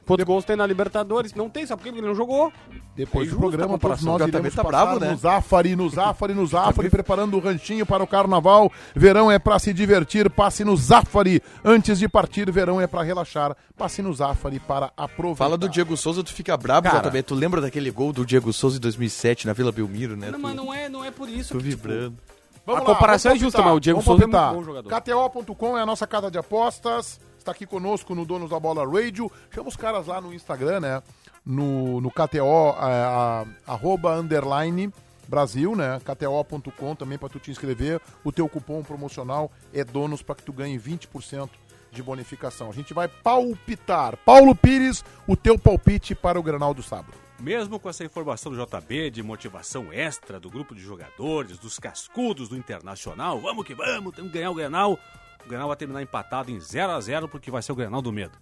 Speaker 3: Quantos gols tem na Libertadores? Não tem, sabe por quê? Porque ele não jogou.
Speaker 2: Depois
Speaker 3: É
Speaker 2: do
Speaker 3: justa
Speaker 2: programa,
Speaker 3: a
Speaker 2: todos nós
Speaker 5: comparação, o
Speaker 2: iremos
Speaker 5: JB tá
Speaker 2: passar
Speaker 5: bravo, né?
Speaker 2: no Zafari, no Zafari, no Zafari, preparando o ranchinho para o carnaval. Verão é para se divertir, passe no Zafari. Antes de partir, verão é para relaxar, passe no Zafari para aproveitar.
Speaker 5: Fala do Diego Souza, tu fica brabo,
Speaker 3: Cara.
Speaker 5: JB. Tu lembra daquele gol do Diego Souza em 2007 na Vila Belmiro, né?
Speaker 3: Não,
Speaker 5: tu,
Speaker 3: mas não é, não é por isso.
Speaker 5: tu
Speaker 3: que, tipo,
Speaker 5: vibrando.
Speaker 2: Vamos
Speaker 3: A comparação
Speaker 2: vamos
Speaker 3: é justa,
Speaker 2: palpitar,
Speaker 3: mas o Diego
Speaker 2: vamos
Speaker 3: Souza é muito
Speaker 2: palpitar.
Speaker 3: bom jogador.
Speaker 2: KTO.com é a nossa casa de apostas. Está aqui conosco no Donos da Bola Radio. Chama os caras lá no Instagram, né? No, no KTO, é, a- a- arroba underline Brasil, né? KTO.com também para tu te inscrever. O teu cupom promocional é donos para que tu ganhe 20% de bonificação. A gente vai palpitar. Paulo Pires, o teu palpite para o Granal do sábado.
Speaker 4: Mesmo com essa informação do JB de motivação extra do grupo de jogadores, dos cascudos do Internacional, vamos que vamos, temos que ganhar o Grenal. O Grenal vai terminar empatado em 0 a 0 porque vai ser o Grenal do medo.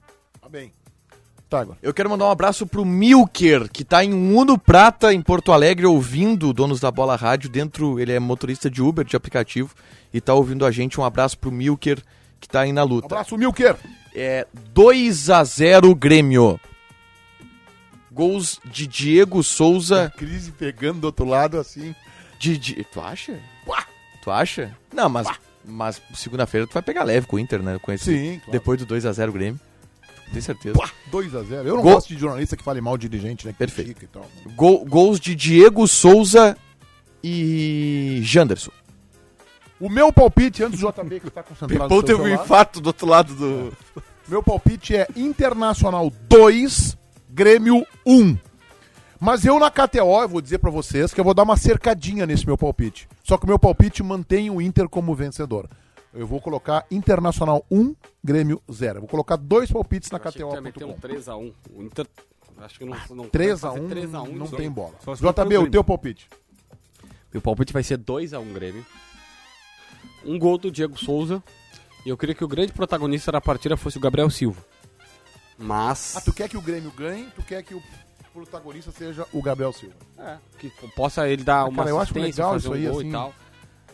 Speaker 2: Tá bem. Tá, agora.
Speaker 5: Eu quero mandar um abraço pro Milker, que tá em Uno Prata, em Porto Alegre, ouvindo o Donos da Bola Rádio. Dentro, ele é motorista de Uber, de aplicativo, e tá ouvindo a gente. Um abraço pro Milker, que tá aí na luta.
Speaker 2: Abraço, Milker.
Speaker 5: É 2 a 0 Grêmio. Gols de Diego Souza.
Speaker 2: Crise pegando do outro lado assim.
Speaker 5: De, de- tu acha? Tu acha? Não, mas, mas segunda-feira tu vai pegar leve com o Inter, né? Com esse,
Speaker 2: Sim, claro.
Speaker 5: Depois do 2 a 0 Grêmio. Tenho certeza.
Speaker 2: 2x0. Eu não
Speaker 5: Gol.
Speaker 2: gosto de jornalista que fale mal de dirigente, né? Que
Speaker 5: Perfeito.
Speaker 2: critica E tal.
Speaker 5: Gol- gols de Diego Souza e Janderson.
Speaker 2: O meu palpite, antes do JB que tá concentrado no seu celular,
Speaker 5: um infarto do outro lado do.
Speaker 2: meu palpite é Internacional 2, Grêmio 1. Mas eu na KTO, eu vou dizer pra vocês que eu vou dar uma cercadinha nesse meu palpite. Só que o meu palpite mantém o Inter como vencedor. Eu vou colocar Internacional 1, Grêmio 0. Eu vou colocar dois palpites na
Speaker 3: eu achei que tu ia meter
Speaker 2: KTO.com.
Speaker 3: um 3x1. O Inter. Acho que não. não
Speaker 2: 3x1,
Speaker 3: 3 a 1
Speaker 2: não tem bola.
Speaker 4: Só se for pelo
Speaker 2: JB, o
Speaker 4: Grêmio.
Speaker 2: teu palpite.
Speaker 3: Meu palpite vai ser 2x1 Grêmio. Um gol do Diego Souza. E eu queria que o grande protagonista da partida fosse o Gabriel Silva. Mas.
Speaker 2: Ah, tu quer que o Grêmio ganhe, tu quer que o protagonista seja o Gabriel Silva.
Speaker 3: É, que possa ele dar uma
Speaker 2: Ah, Cara, eu acho
Speaker 3: assistência,
Speaker 2: legal
Speaker 3: fazer
Speaker 2: isso
Speaker 3: um
Speaker 2: aí,
Speaker 3: gol
Speaker 2: assim,
Speaker 3: e tal.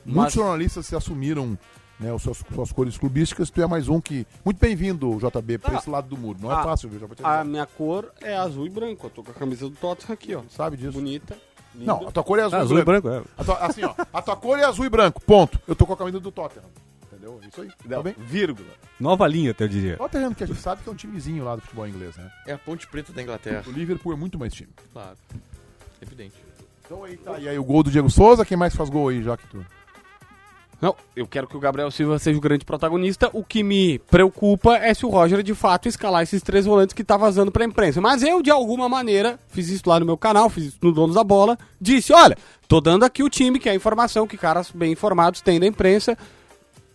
Speaker 2: Muitos
Speaker 3: Mas
Speaker 2: jornalistas se assumiram né, as suas, suas cores clubísticas, tu é mais um que. Muito bem-vindo, JB, pra
Speaker 3: Ah.
Speaker 2: esse lado do muro. Não é
Speaker 3: Ah.
Speaker 2: fácil, viu? Já vou te
Speaker 3: a
Speaker 2: avisar.
Speaker 3: minha cor é azul e branco. Eu tô com a camisa do Tottenham aqui, ó.
Speaker 2: Sabe disso?
Speaker 3: Bonita. linda.
Speaker 2: Não, a tua
Speaker 3: Tá,
Speaker 2: cor é azul, e branco.
Speaker 4: branco, é.
Speaker 2: A tua- assim, ó, a tua cor é azul e branco. Ponto. Eu tô com a camisa do Tottenham. Entendeu? É isso aí. Tá bem?
Speaker 4: Vírgula. Nova linha, até eu diria.
Speaker 2: Tottenham, que a gente sabe que é um timezinho lá do futebol inglês, né?
Speaker 5: É a Ponte Preta da Inglaterra.
Speaker 2: O Liverpool é muito mais time.
Speaker 5: Claro. Evidente.
Speaker 2: Então aí tá. E aí o gol do Diego Souza, quem mais faz gol aí, já que tu?
Speaker 3: Não, eu quero que o Gabriel Silva seja o grande protagonista. O que me preocupa é se o Roger de fato escalar esses três volantes que tá vazando pra imprensa. Mas eu, de alguma maneira, fiz isso lá no meu canal, fiz isso no Donos da Bola, disse: olha, tô dando aqui o time, que é a informação que caras bem informados têm da imprensa.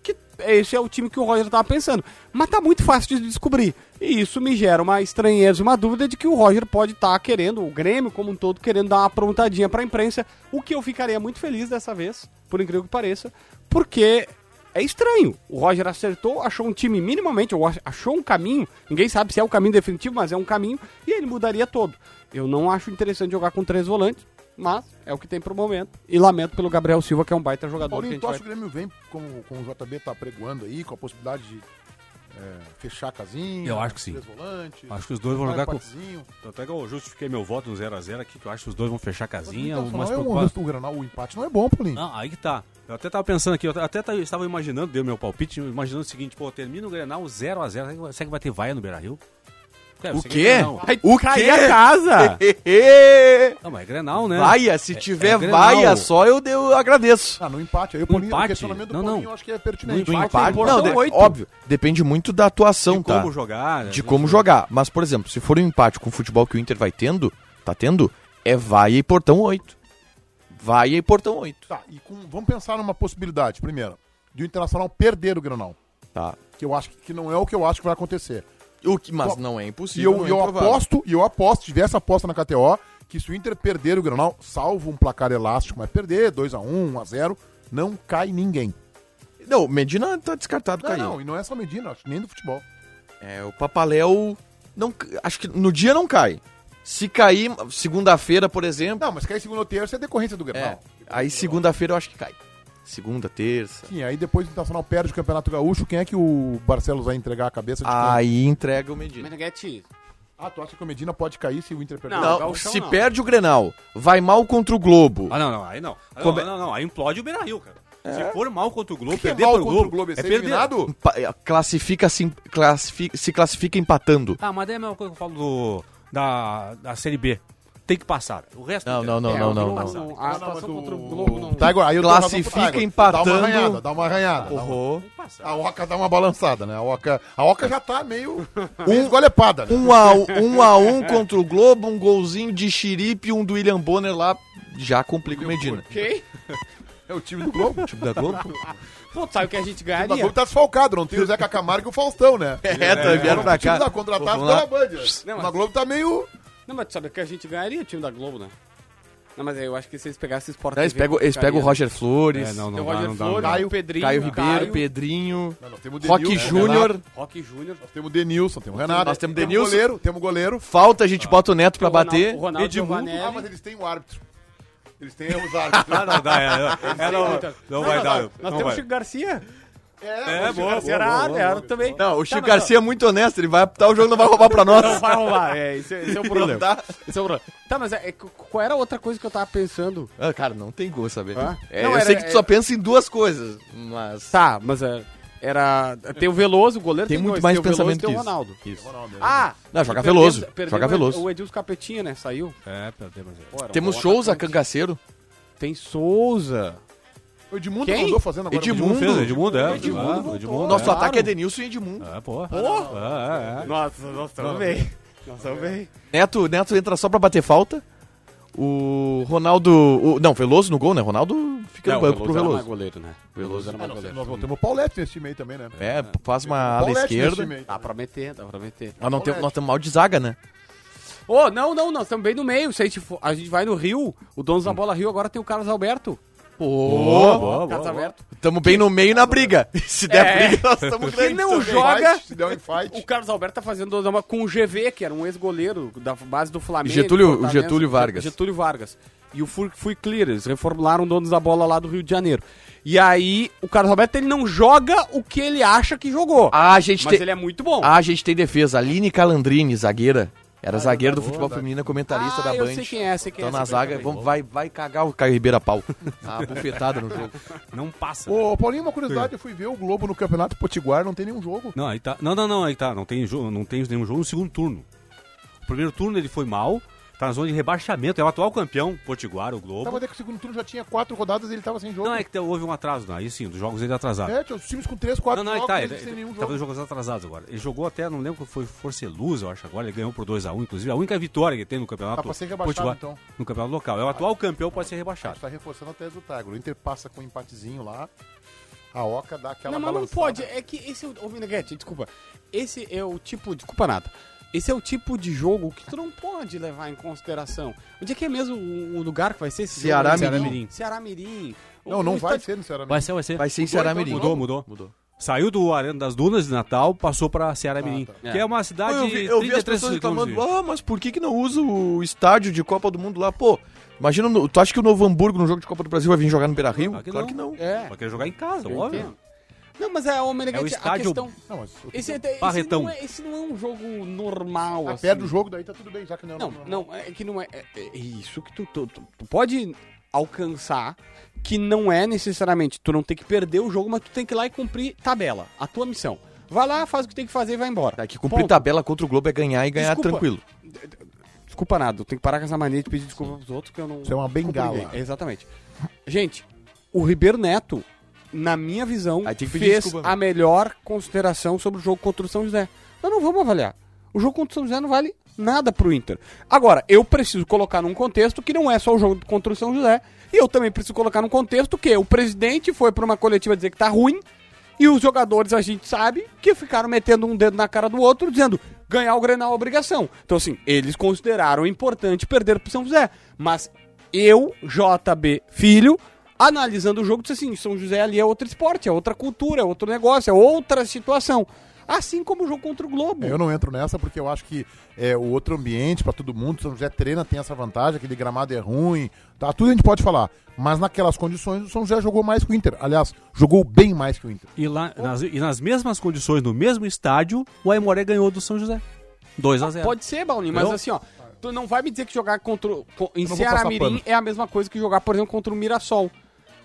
Speaker 3: que Esse é o time que o Roger tava pensando. Mas tá muito fácil de descobrir. E isso me gera uma estranheza, uma dúvida de que o Roger pode estar querendo, o Grêmio como um todo, querendo dar uma aprontadinha pra imprensa. O que eu ficaria muito feliz dessa vez, por incrível que pareça, porque é estranho. O Roger acertou, achou um time minimamente, ou ach- achou um caminho. Ninguém sabe se é o caminho definitivo, mas é um caminho. E ele mudaria todo. Eu não acho interessante jogar com três volantes. Mas é o que tem pro momento. E lamento pelo Gabriel Silva, que é um baita jogador. que a
Speaker 2: Paulinho,
Speaker 3: gente
Speaker 2: tu
Speaker 3: vai-
Speaker 2: acha que o Grêmio vem, como, como o JB tá pregoando aí, com a possibilidade de é, fechar a casinha?
Speaker 4: Eu acho que sim.
Speaker 2: três volantes, um
Speaker 4: Acho que os dois vão jogar com.
Speaker 2: empatezinho.
Speaker 4: Até é que eu justifiquei meu voto no 0x0 aqui, que eu acho que os dois vão fechar a casinha.
Speaker 2: Então,
Speaker 4: Um
Speaker 2: só
Speaker 4: mais
Speaker 2: não é um
Speaker 4: preocupado.
Speaker 2: resto- o Granal, o empate não é bom, Paulinho.
Speaker 4: Não, aí que tá. Eu até tava pensando aqui, eu até tava- estava imaginando, deu meu palpite, imaginando o seguinte, pô, termina o Grenal 0x0, será que vai- será que vai ter vaia no Beira-Rio? Cara,
Speaker 5: O
Speaker 4: você
Speaker 5: quê?
Speaker 4: quer Grenal?
Speaker 5: o
Speaker 3: Cair a casa!
Speaker 4: Não, mas é Grenal, né?
Speaker 5: Ah. Vaia, se tiver
Speaker 4: é Grenal.
Speaker 5: vaia só, eu, eu agradeço.
Speaker 2: Ah, no empate. Aí o Paulinho, o
Speaker 4: empate?
Speaker 2: questionamento do
Speaker 4: Não, não.
Speaker 2: Paulinho eu acho que é
Speaker 4: No
Speaker 2: pertinente.
Speaker 4: empate. é
Speaker 5: Não,
Speaker 4: importante.
Speaker 5: de-
Speaker 4: Oito.
Speaker 5: óbvio. Depende muito da atuação,
Speaker 4: De
Speaker 5: tá?
Speaker 4: como jogar. né?
Speaker 5: de como jogar. Mas, por exemplo, se for um empate com o futebol que o Inter vai tendo, tá tendo, é vaia e portão 8. Vaia e portão 8.
Speaker 2: Tá, e com- vamos pensar numa possibilidade, primeiro, de o Internacional perder o Granal.
Speaker 5: Tá.
Speaker 2: Que eu acho que- que não é o que eu acho que vai acontecer.
Speaker 5: O que, mas
Speaker 2: Bom,
Speaker 5: não é
Speaker 2: E
Speaker 5: impossível.
Speaker 2: eu, eu aposto, e eu aposto, se tiver essa aposta na KTO, que se o Inter perder o Granal, salvo um placar elástico, mas perder 2x1, 1x0, não cai ninguém.
Speaker 5: Não, Medina tá descartado,
Speaker 2: Não,
Speaker 5: caiu.
Speaker 2: não, e não é só Medina, acho que nem do futebol.
Speaker 5: É, o Papaléu. Não, c- acho que no dia não cai. Se cair segunda-feira, por exemplo.
Speaker 2: Não, mas cai segunda ou terça é decorrência do Granal.
Speaker 5: é, aí segunda-feira eu acho que cai. Segunda, terça.
Speaker 2: Sim, aí depois o Internacional perde o Campeonato Gaúcho, quem é que o Barcelos vai entregar a cabeça de quem?
Speaker 5: Aí entrega o Medina.
Speaker 3: Meneghetti,
Speaker 2: Ah, tu acha que o Medina pode cair se o Inter perder?
Speaker 3: Não,
Speaker 5: Não,
Speaker 4: Gauchão
Speaker 5: se
Speaker 4: não.
Speaker 5: perde o Grenal, vai mal contra o Globo.
Speaker 4: Ah, não, não, aí não. Aí
Speaker 5: Come-
Speaker 4: não, não, não, aí implode o Beira Rio, cara. Se for mal contra o Globo,
Speaker 2: Que é
Speaker 4: perder
Speaker 2: mal
Speaker 4: pro
Speaker 2: contra
Speaker 4: Globo,
Speaker 2: o Globo, é
Speaker 4: é
Speaker 2: ser
Speaker 4: perder.
Speaker 2: eliminado?
Speaker 5: Pa- eh, Classifica, se, classifica, se classifica empatando.
Speaker 3: Tá,
Speaker 4: Ah, mas daí é a mesma coisa que eu falo do, da, da Série B. Tem que passar. O resto
Speaker 5: Não, não, não,
Speaker 3: É,
Speaker 5: não,
Speaker 3: o
Speaker 5: não,
Speaker 3: Globo
Speaker 5: não.
Speaker 3: A situação contra o Tá Globo não...
Speaker 2: Tiger, Tá, aí eu dou razão pro
Speaker 5: Classifica
Speaker 2: Tiger. Dá
Speaker 5: empatando.
Speaker 2: uma arranhada, dá uma arranhada. dá uma-
Speaker 5: Uhum.
Speaker 4: Tem que passar.
Speaker 2: A Oca dá uma balançada, né? A Oca, a Oca já tá meio, meio esgolepada, né?
Speaker 5: Um a, um a um contra o Globo, um golzinho de xeripe, um do William Bonner lá, já complica o Medina.
Speaker 3: Ok.
Speaker 2: É o time do Globo. O time
Speaker 5: Da Globo?
Speaker 3: Pô, sabe o que a gente
Speaker 2: da Globo
Speaker 3: ganharia?
Speaker 2: tá desfalcado, não tem o Zeca Camargo e o Faustão, né?
Speaker 5: É, tá, vieram pra
Speaker 2: O time
Speaker 5: cá.
Speaker 2: da contratada
Speaker 5: Vamos
Speaker 2: pela
Speaker 5: lá.
Speaker 2: Band.
Speaker 3: Não,
Speaker 2: Mas
Speaker 3: mas-
Speaker 2: a Globo tá meio...
Speaker 3: Não, mas sabe o que a gente ganharia? O time da Globo, né? Não, mas aí eu acho que se eles pegassem Sport
Speaker 5: Eles
Speaker 3: TV,
Speaker 5: pegam, eles
Speaker 3: ficaria.
Speaker 5: pegam o Roger Flores,
Speaker 4: É, não,
Speaker 3: Tem
Speaker 4: não,
Speaker 3: o
Speaker 4: dá,
Speaker 3: Roger
Speaker 4: não dá, não
Speaker 3: Flores,
Speaker 4: dá.
Speaker 2: Caio-
Speaker 3: o Pedrinho,
Speaker 5: Caio Ribeiro,
Speaker 3: Caio,
Speaker 5: Pedrinho,
Speaker 2: Não, nós temos o
Speaker 5: Rock
Speaker 2: Denilson,
Speaker 5: Júnior.
Speaker 3: Rock Júnior.
Speaker 2: Nós temos o Denilson, temos o Renato.
Speaker 5: Nós temos
Speaker 2: o
Speaker 5: Denilson.
Speaker 2: goleiro, temos o goleiro.
Speaker 5: Falta, a gente bota o Neto pra
Speaker 3: o Ronaldo-
Speaker 5: bater.
Speaker 3: o Ronaldo
Speaker 5: Edmundo.
Speaker 3: Giovanelli.
Speaker 2: Ah, mas eles têm o árbitro. Eles têm os árbitros.
Speaker 4: Ah, não dá, é, é, é, não, não vai dar.
Speaker 3: Nós
Speaker 4: não
Speaker 3: temos o
Speaker 4: vai.
Speaker 3: Chico Garcia.
Speaker 4: É,
Speaker 3: Chico
Speaker 4: boa, boa,
Speaker 3: Garcia era
Speaker 4: boa,
Speaker 3: área, era também. Tá,
Speaker 5: Não, o Chico
Speaker 3: mas
Speaker 5: Garcia é muito honesto, ele vai apitar o jogo e não vai roubar pra nós.
Speaker 3: Não vai rolar, é, esse, esse é o
Speaker 5: Não
Speaker 3: problema.
Speaker 5: dá.
Speaker 3: Esse é o problema. Tá, mas é, é, qual era a outra coisa que eu tava pensando?
Speaker 5: Ah, cara, não tem gol, saber.
Speaker 3: Ah?
Speaker 5: É,
Speaker 3: Não,
Speaker 5: eu
Speaker 3: era-
Speaker 5: sei que tu só
Speaker 3: é-
Speaker 5: pensa em duas coisas, mas.
Speaker 3: Tá, mas é, era... Tem o Veloso, o goleiro
Speaker 5: Tem muito
Speaker 3: dois,
Speaker 5: mais
Speaker 3: o Veloso,
Speaker 5: pensamento
Speaker 3: tem o
Speaker 5: que isso.
Speaker 3: Ronaldo.
Speaker 5: Isso.
Speaker 3: Ah!
Speaker 5: Não, joga
Speaker 3: e
Speaker 5: Veloso,
Speaker 3: perdemos-
Speaker 5: joga
Speaker 3: perdemos
Speaker 5: Veloso.
Speaker 3: O Edilson Capetinha, né? Saiu.
Speaker 4: É, perdeu, mas é.
Speaker 3: Pô, era um
Speaker 5: Temos
Speaker 3: bom
Speaker 5: shows a
Speaker 3: atacante.
Speaker 5: Cangaceiro.
Speaker 3: Tem Souza.
Speaker 2: O Edmundo
Speaker 3: Quem?
Speaker 2: mandou fazendo agora.
Speaker 5: Edmundo.
Speaker 4: Edmundo fez, Edmundo, é.
Speaker 3: Edmundo
Speaker 4: ah,
Speaker 3: voltou.
Speaker 4: Edmundo,
Speaker 5: Nosso
Speaker 4: é.
Speaker 5: ataque é Denilson e Edmundo.
Speaker 4: É, porra. É, é, é.
Speaker 3: Nossa, nós estamos bem. Nós estamos bem.
Speaker 5: Neto, Neto entra só pra bater falta. O Ronaldo. o- não, Veloso no gol, né? Ronaldo fica
Speaker 4: Não,
Speaker 5: no banco
Speaker 4: o
Speaker 5: pro
Speaker 4: Veloso era
Speaker 5: Veloso.
Speaker 3: goleiro, né?
Speaker 5: Veloso
Speaker 3: era
Speaker 2: Ah,
Speaker 3: mais
Speaker 2: nós,
Speaker 3: goleiro.
Speaker 2: nós botamos o Paulette nesse time aí também, né?
Speaker 5: É, faz uma ala
Speaker 2: Paulette nesse
Speaker 5: esquerda. Ah,
Speaker 2: time aí.
Speaker 3: Dá pra meter, dá pra meter.
Speaker 5: Nós, não temos, nós temos mal de zaga, né?
Speaker 3: Ô, não, não, nós estamos bem no meio. Se a gente, for- a gente vai no Rio, o dono
Speaker 5: Hum.
Speaker 3: da bola Rio agora tem o Carlos Alberto.
Speaker 5: Tá Pô,
Speaker 4: boa,
Speaker 3: Carlos
Speaker 4: boa,
Speaker 3: Alberto.
Speaker 5: tamo bem no meio e na briga. Se der
Speaker 3: É.
Speaker 5: briga, nós estamos
Speaker 3: Que
Speaker 5: grandes.
Speaker 3: não
Speaker 5: também.
Speaker 3: joga.
Speaker 2: Fight, se der um fight.
Speaker 3: O Carlos Alberto tá fazendo dois a uma com o GV, que era um ex-goleiro da base do Flamengo.
Speaker 5: Getúlio-
Speaker 3: do Fortaleza.
Speaker 5: o Getúlio Vargas.
Speaker 3: Getúlio Vargas. E o Fui, Fui Clear, eles reformularam donos da bola lá do Rio de Janeiro. E aí, o Carlos Alberto ele não joga o que ele acha que jogou.
Speaker 5: Ah, a gente
Speaker 3: mas
Speaker 5: tem.
Speaker 3: ele é muito bom.
Speaker 5: Ah, a gente tem defesa. Aline Calandrini, zagueira. Era zagueira do futebol feminino,
Speaker 3: é
Speaker 5: comentarista
Speaker 3: Ah,
Speaker 5: da
Speaker 3: eu
Speaker 5: Band.
Speaker 3: sei quem é, sei quem
Speaker 5: Então
Speaker 3: é.
Speaker 5: na
Speaker 3: sei quem é
Speaker 5: zaga,
Speaker 3: também.
Speaker 5: vamos- vai, vai cagar o Caio Ribeiro a pau. Ah, bufetada no jogo.
Speaker 4: Não passa.
Speaker 2: Ô, Paulinho, uma curiosidade, eu fui ver o Globo no Campeonato Potiguar, não tem nenhum jogo.
Speaker 4: Não, aí tá. Não, não, não, aí tá. Não tem, jogo, não tem nenhum jogo no segundo turno. O primeiro turno ele foi mal, tá na zona de rebaixamento, é o atual campeão, Potiguar, o Globo.
Speaker 2: Tava até que o segundo turno já tinha quatro rodadas e ele tava sem jogo.
Speaker 4: Não, é que te- houve um atraso, né? aí sim, dos jogos ele atrasado.
Speaker 2: É, tinha os times com três, quatro
Speaker 4: Não, não, aí
Speaker 2: jogos
Speaker 4: tá,
Speaker 2: e
Speaker 4: ele,
Speaker 2: eles sem nenhum
Speaker 4: tá fazendo
Speaker 2: jogo.
Speaker 4: jogos atrasados agora. Ele jogou até, não lembro que foi Forcelusa, eu acho agora, ele ganhou por 2x1, inclusive, a única vitória que tem no campeonato
Speaker 2: Tá pra ser rebaixado,
Speaker 4: Potiguar,
Speaker 2: então.
Speaker 4: no campeonato local. É o atual campeão, pode ser
Speaker 2: A
Speaker 4: rebaixado.
Speaker 2: gente tá reforçando a tese do Tiger. O Inter passa com um empatezinho lá, a Oca
Speaker 4: Tá
Speaker 2: dá aquela
Speaker 3: Não, mas não
Speaker 2: balançada.
Speaker 3: pode. É que esse é o. Ô, Meneghete, desculpa. Esse é o tipo. Desculpa nada. Esse é o tipo de jogo que tu não pode levar em consideração. Onde é que é mesmo o o lugar que vai ser esse
Speaker 5: Ceará
Speaker 3: jogo?
Speaker 5: Mirim.
Speaker 3: Ceará Mirim. tá-
Speaker 2: Não, não vai
Speaker 3: estádio-
Speaker 2: ser, sinceramente.
Speaker 4: Vai ser, vai ser.
Speaker 5: Vai ser em
Speaker 2: Mudou,
Speaker 5: Ceará
Speaker 2: então,
Speaker 5: Mirim.
Speaker 4: Mudou, mudou.
Speaker 5: Mudou.
Speaker 4: Saiu do Arena das Dunas de Natal, passou pra Ceará Mirim,
Speaker 3: tá.
Speaker 4: que é. uma cidade
Speaker 5: Eu vi, eu vi as
Speaker 4: 33
Speaker 5: pessoas
Speaker 4: quilômetros de-
Speaker 5: reclamando, ah, mas por que, que não usa o estádio de Copa do Mundo lá? Pô, imagina, no- tu acha que o Novo Hamburgo no jogo de Copa do Brasil vai vir jogar no Beira-Rio?
Speaker 4: Claro que
Speaker 5: Claro que
Speaker 4: não.
Speaker 5: não.
Speaker 3: É.
Speaker 4: Vai querer jogar em casa,
Speaker 3: Eu
Speaker 4: óbvio.
Speaker 3: entendo. Não, mas é o
Speaker 4: um É o
Speaker 3: Meneghete, a
Speaker 4: estádio-
Speaker 3: questão.
Speaker 2: Não, mas o-
Speaker 3: Esse, é- esse
Speaker 4: Barretão.
Speaker 3: não é, esse não é um jogo normal,
Speaker 2: ah,
Speaker 3: assim.
Speaker 2: perde o jogo, daí tá tudo bem, já que não é
Speaker 3: Não, não, é que não é. é- é isso que tu, tu- tu- tu pode alcançar que não é necessariamente tu não tem que perder o jogo, mas tu tem que ir lá e cumprir tabela, a tua missão. Vai lá, faz o que tem Tá, que fazer e vai embora.
Speaker 5: É que cumprir
Speaker 3: Ponto.
Speaker 5: tabela contra o Globo é ganhar e ganhar
Speaker 3: Desculpa.
Speaker 5: tranquilo.
Speaker 3: Desculpa nada, eu tenho que parar com essa mania de pedir desculpa pros outros que eu não.
Speaker 2: Isso é uma bengala.
Speaker 3: compreendi. Exatamente. Gente, o Ribeiro Neto, na minha visão,
Speaker 5: Aí tem que pedir
Speaker 3: fez
Speaker 5: desculpa.
Speaker 3: a melhor consideração sobre o jogo contra o São José. Nós não vamos avaliar. O jogo contra o São José não vale nada pro Inter. Agora, eu preciso colocar num contexto que não é só o jogo contra o São José. E eu também preciso colocar num contexto que o presidente foi pra uma coletiva dizer que tá ruim. E os jogadores, a gente sabe, que ficaram metendo um dedo na cara do outro, dizendo ganhar o Grenal é obrigação. Então, assim, eles consideraram importante perder pro São José. Mas eu, JB Filho, analisando o jogo, disse assim, São José ali é outro esporte, é outra cultura, é outro negócio, é outra situação. Assim como o jogo contra o Globo.
Speaker 2: É, Eu não entro nessa porque eu acho que é o outro ambiente pra todo mundo. São José treina, tem essa vantagem, aquele gramado é ruim, tá? Tudo a gente pode falar. Mas naquelas condições, o São José jogou mais que o Inter. Aliás, jogou bem mais que o Inter.
Speaker 4: E, lá, nas, e nas mesmas condições, no mesmo estádio, o Aimoré ganhou do São José. 2 a 0
Speaker 3: Ah, Pode ser, Balninho, mas
Speaker 4: Entendeu?
Speaker 3: assim, ó. Tu não vai me dizer que jogar contra o- co- em
Speaker 2: vou
Speaker 3: Ceará-Mirim
Speaker 2: passar pano.
Speaker 3: é a mesma coisa que jogar, por exemplo, contra o Mirassol.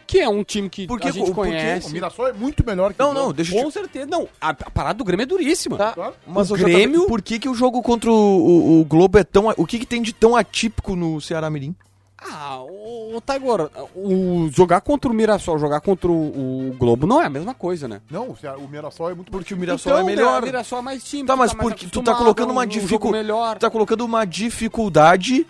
Speaker 3: Que é um time que
Speaker 5: Porque
Speaker 3: a
Speaker 5: o-
Speaker 3: gente
Speaker 5: porque
Speaker 2: O
Speaker 3: conhece.
Speaker 2: Mirassol é muito melhor que
Speaker 5: Não,
Speaker 2: o
Speaker 5: não,
Speaker 2: outro.
Speaker 5: deixa eu
Speaker 3: Com
Speaker 5: te...
Speaker 3: certeza. Não, a, a parada do Grêmio é duríssima.
Speaker 5: Tá. Mas
Speaker 3: O
Speaker 5: o Grêmio...
Speaker 3: Grêmio-
Speaker 5: por que, que o jogo contra o, o- o Globo é tão... a- O que, que tem de tão atípico no Ceará Mirim?
Speaker 3: Ah, o, Taigor, o jogar contra o Mirassol, jogar contra o, o Globo não é a mesma coisa, né?
Speaker 2: Não, o Ceará- o Mirassol é muito
Speaker 5: Porque o
Speaker 2: melhor.
Speaker 5: Mirassol é melhor.
Speaker 3: O Mirassol é mais time.
Speaker 5: Tá,
Speaker 3: tu
Speaker 5: mas
Speaker 3: mais
Speaker 5: porque tu tá
Speaker 3: acostumado,
Speaker 5: colocando uma
Speaker 3: um jogo
Speaker 5: dificuldade.
Speaker 3: melhor.
Speaker 5: Tá colocando uma dificuldade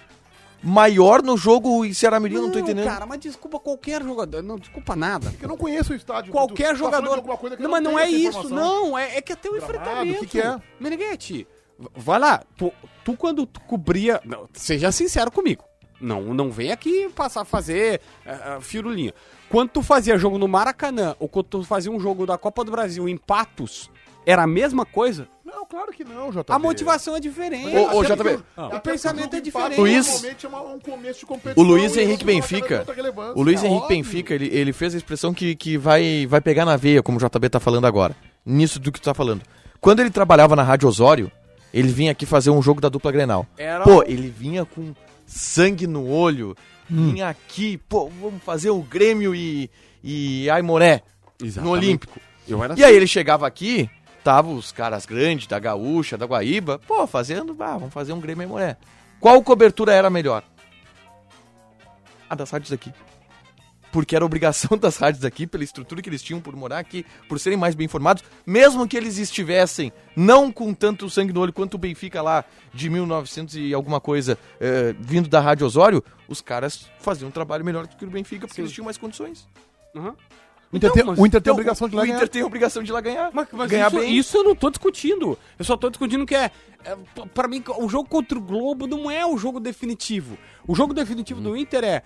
Speaker 5: maior no jogo e Ceará Mirim, eu não tô entendendo.
Speaker 3: Cara, mas desculpa qualquer jogador. Não, desculpa nada.
Speaker 2: Porque eu não conheço o estádio. Tu- tu
Speaker 3: Qualquer
Speaker 2: tá falando de
Speaker 3: jogador.
Speaker 2: alguma coisa que
Speaker 3: não,
Speaker 2: eu
Speaker 3: mas não
Speaker 2: tenho
Speaker 3: é
Speaker 2: essa
Speaker 3: isso,
Speaker 2: informação.
Speaker 3: não. É, é que é teu
Speaker 2: Gramado,
Speaker 3: enfrentamento.
Speaker 2: que que é?
Speaker 3: Meneghetti, v- vai lá. Tu, tu quando tu cobria. não, seja sincero comigo. Não, não vem aqui passar a fazer eh, eh, firulinha. Quando tu fazia jogo no Maracanã ou quando tu fazia um jogo da Copa do Brasil em Patos, era a mesma coisa?
Speaker 2: Não, claro que não, JB.
Speaker 3: A motivação é diferente.
Speaker 5: Ô, Ah. ô,
Speaker 3: Até
Speaker 5: JB.
Speaker 3: porque O, o pensamento é diferente.
Speaker 5: Luiz-
Speaker 2: normalmente é uma- um começo de
Speaker 5: O
Speaker 2: competição
Speaker 5: Luiz
Speaker 2: e
Speaker 5: Henrique
Speaker 2: não tem
Speaker 5: Benfica,
Speaker 2: outra relevância.
Speaker 5: o Luiz
Speaker 2: É
Speaker 5: Henrique
Speaker 2: óbvio.
Speaker 5: Benfica, ele, ele fez a expressão que, que vai, vai pegar na veia, como o JB tá falando agora. Nisso do que tu tá falando. Quando ele trabalhava na Rádio Osório, ele vinha aqui fazer um jogo da dupla Grenal.
Speaker 3: Era
Speaker 5: Pô, ele vinha com sangue no olho, vinha aqui, pô, vamos fazer o Grêmio e, e Aimoré no
Speaker 3: Exatamente.
Speaker 5: Olímpico.
Speaker 3: Eu
Speaker 2: Tá
Speaker 3: era
Speaker 5: E aí ele chegava aqui, tava os caras grandes da Gaúcha, da Guaíba, pô, fazendo, ah, vamos fazer um Grêmio e Moré. Qual cobertura era a melhor? A das rádios daqui. Porque era obrigação das rádios daqui, pela estrutura que eles tinham por morar aqui, por serem mais bem informados, mesmo que eles estivessem não com tanto sangue no olho quanto o Benfica lá de 1900 e alguma coisa, eh, vindo da Rádio Osório, os caras faziam um trabalho melhor do que o Benfica porque eles tinham mais condições.
Speaker 3: assim. Aham.
Speaker 2: O Inter,
Speaker 3: Então,
Speaker 2: tem,
Speaker 3: mas-
Speaker 2: o Inter tem
Speaker 5: Então,
Speaker 2: a obrigação de
Speaker 5: o
Speaker 2: lá
Speaker 5: Inter
Speaker 2: ganhar.
Speaker 5: tem a obrigação de ir lá ganhar.
Speaker 3: Mas, mas
Speaker 5: ganhar
Speaker 3: isso,
Speaker 5: bem.
Speaker 3: isso eu não tô discutindo. Eu só tô discutindo que é. é p- pra mim, o jogo contra o Globo não é o jogo definitivo. O jogo definitivo do Inter é.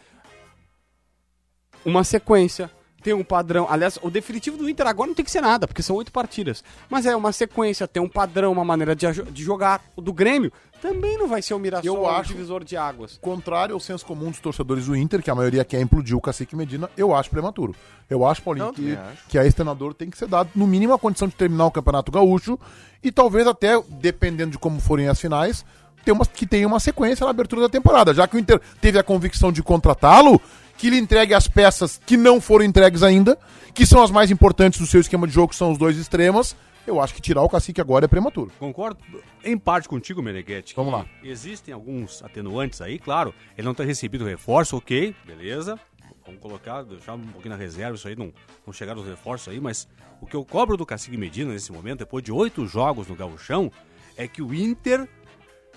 Speaker 3: Uma sequência, tem um padrão. Aliás, o definitivo do Inter agora não tem que ser nada, porque são oito partidas. Mas é uma sequência, tem um padrão, uma maneira de, ajo- de jogar. O do Grêmio também não vai ser o Mirassol,
Speaker 2: Eu
Speaker 3: o
Speaker 2: acho-
Speaker 3: divisor de águas.
Speaker 2: Contrário ao senso comum dos torcedores do Inter, que a maioria quer implodir o Cacique Medina, eu acho prematuro. Eu acho, Paulinho,
Speaker 5: Não,
Speaker 2: que,
Speaker 5: também acho.
Speaker 2: que a ex-treinador tem que ser dado, no mínimo, a condição de terminar o Campeonato Gaúcho e talvez até, dependendo de como forem as finais, ter uma, que tenha uma sequência na abertura da temporada. Já que o Inter teve a convicção de contratá-lo, que ele entregue as peças que não foram entregues ainda, que são as mais importantes do seu esquema de jogo, que são os dois extremos, eu acho que tirar o Cacique agora é prematuro.
Speaker 4: Concordo em parte contigo, Meneghetti. que
Speaker 2: Vamos lá.
Speaker 4: Existem alguns atenuantes aí, claro. Ele não tem recebido reforço, ok, beleza. Vamos colocar, deixar um pouquinho na reserva isso aí, não, não chegaram os reforços aí, mas o que eu cobro do Cacique Medina nesse momento, depois de oito jogos no Gauchão, é que o Inter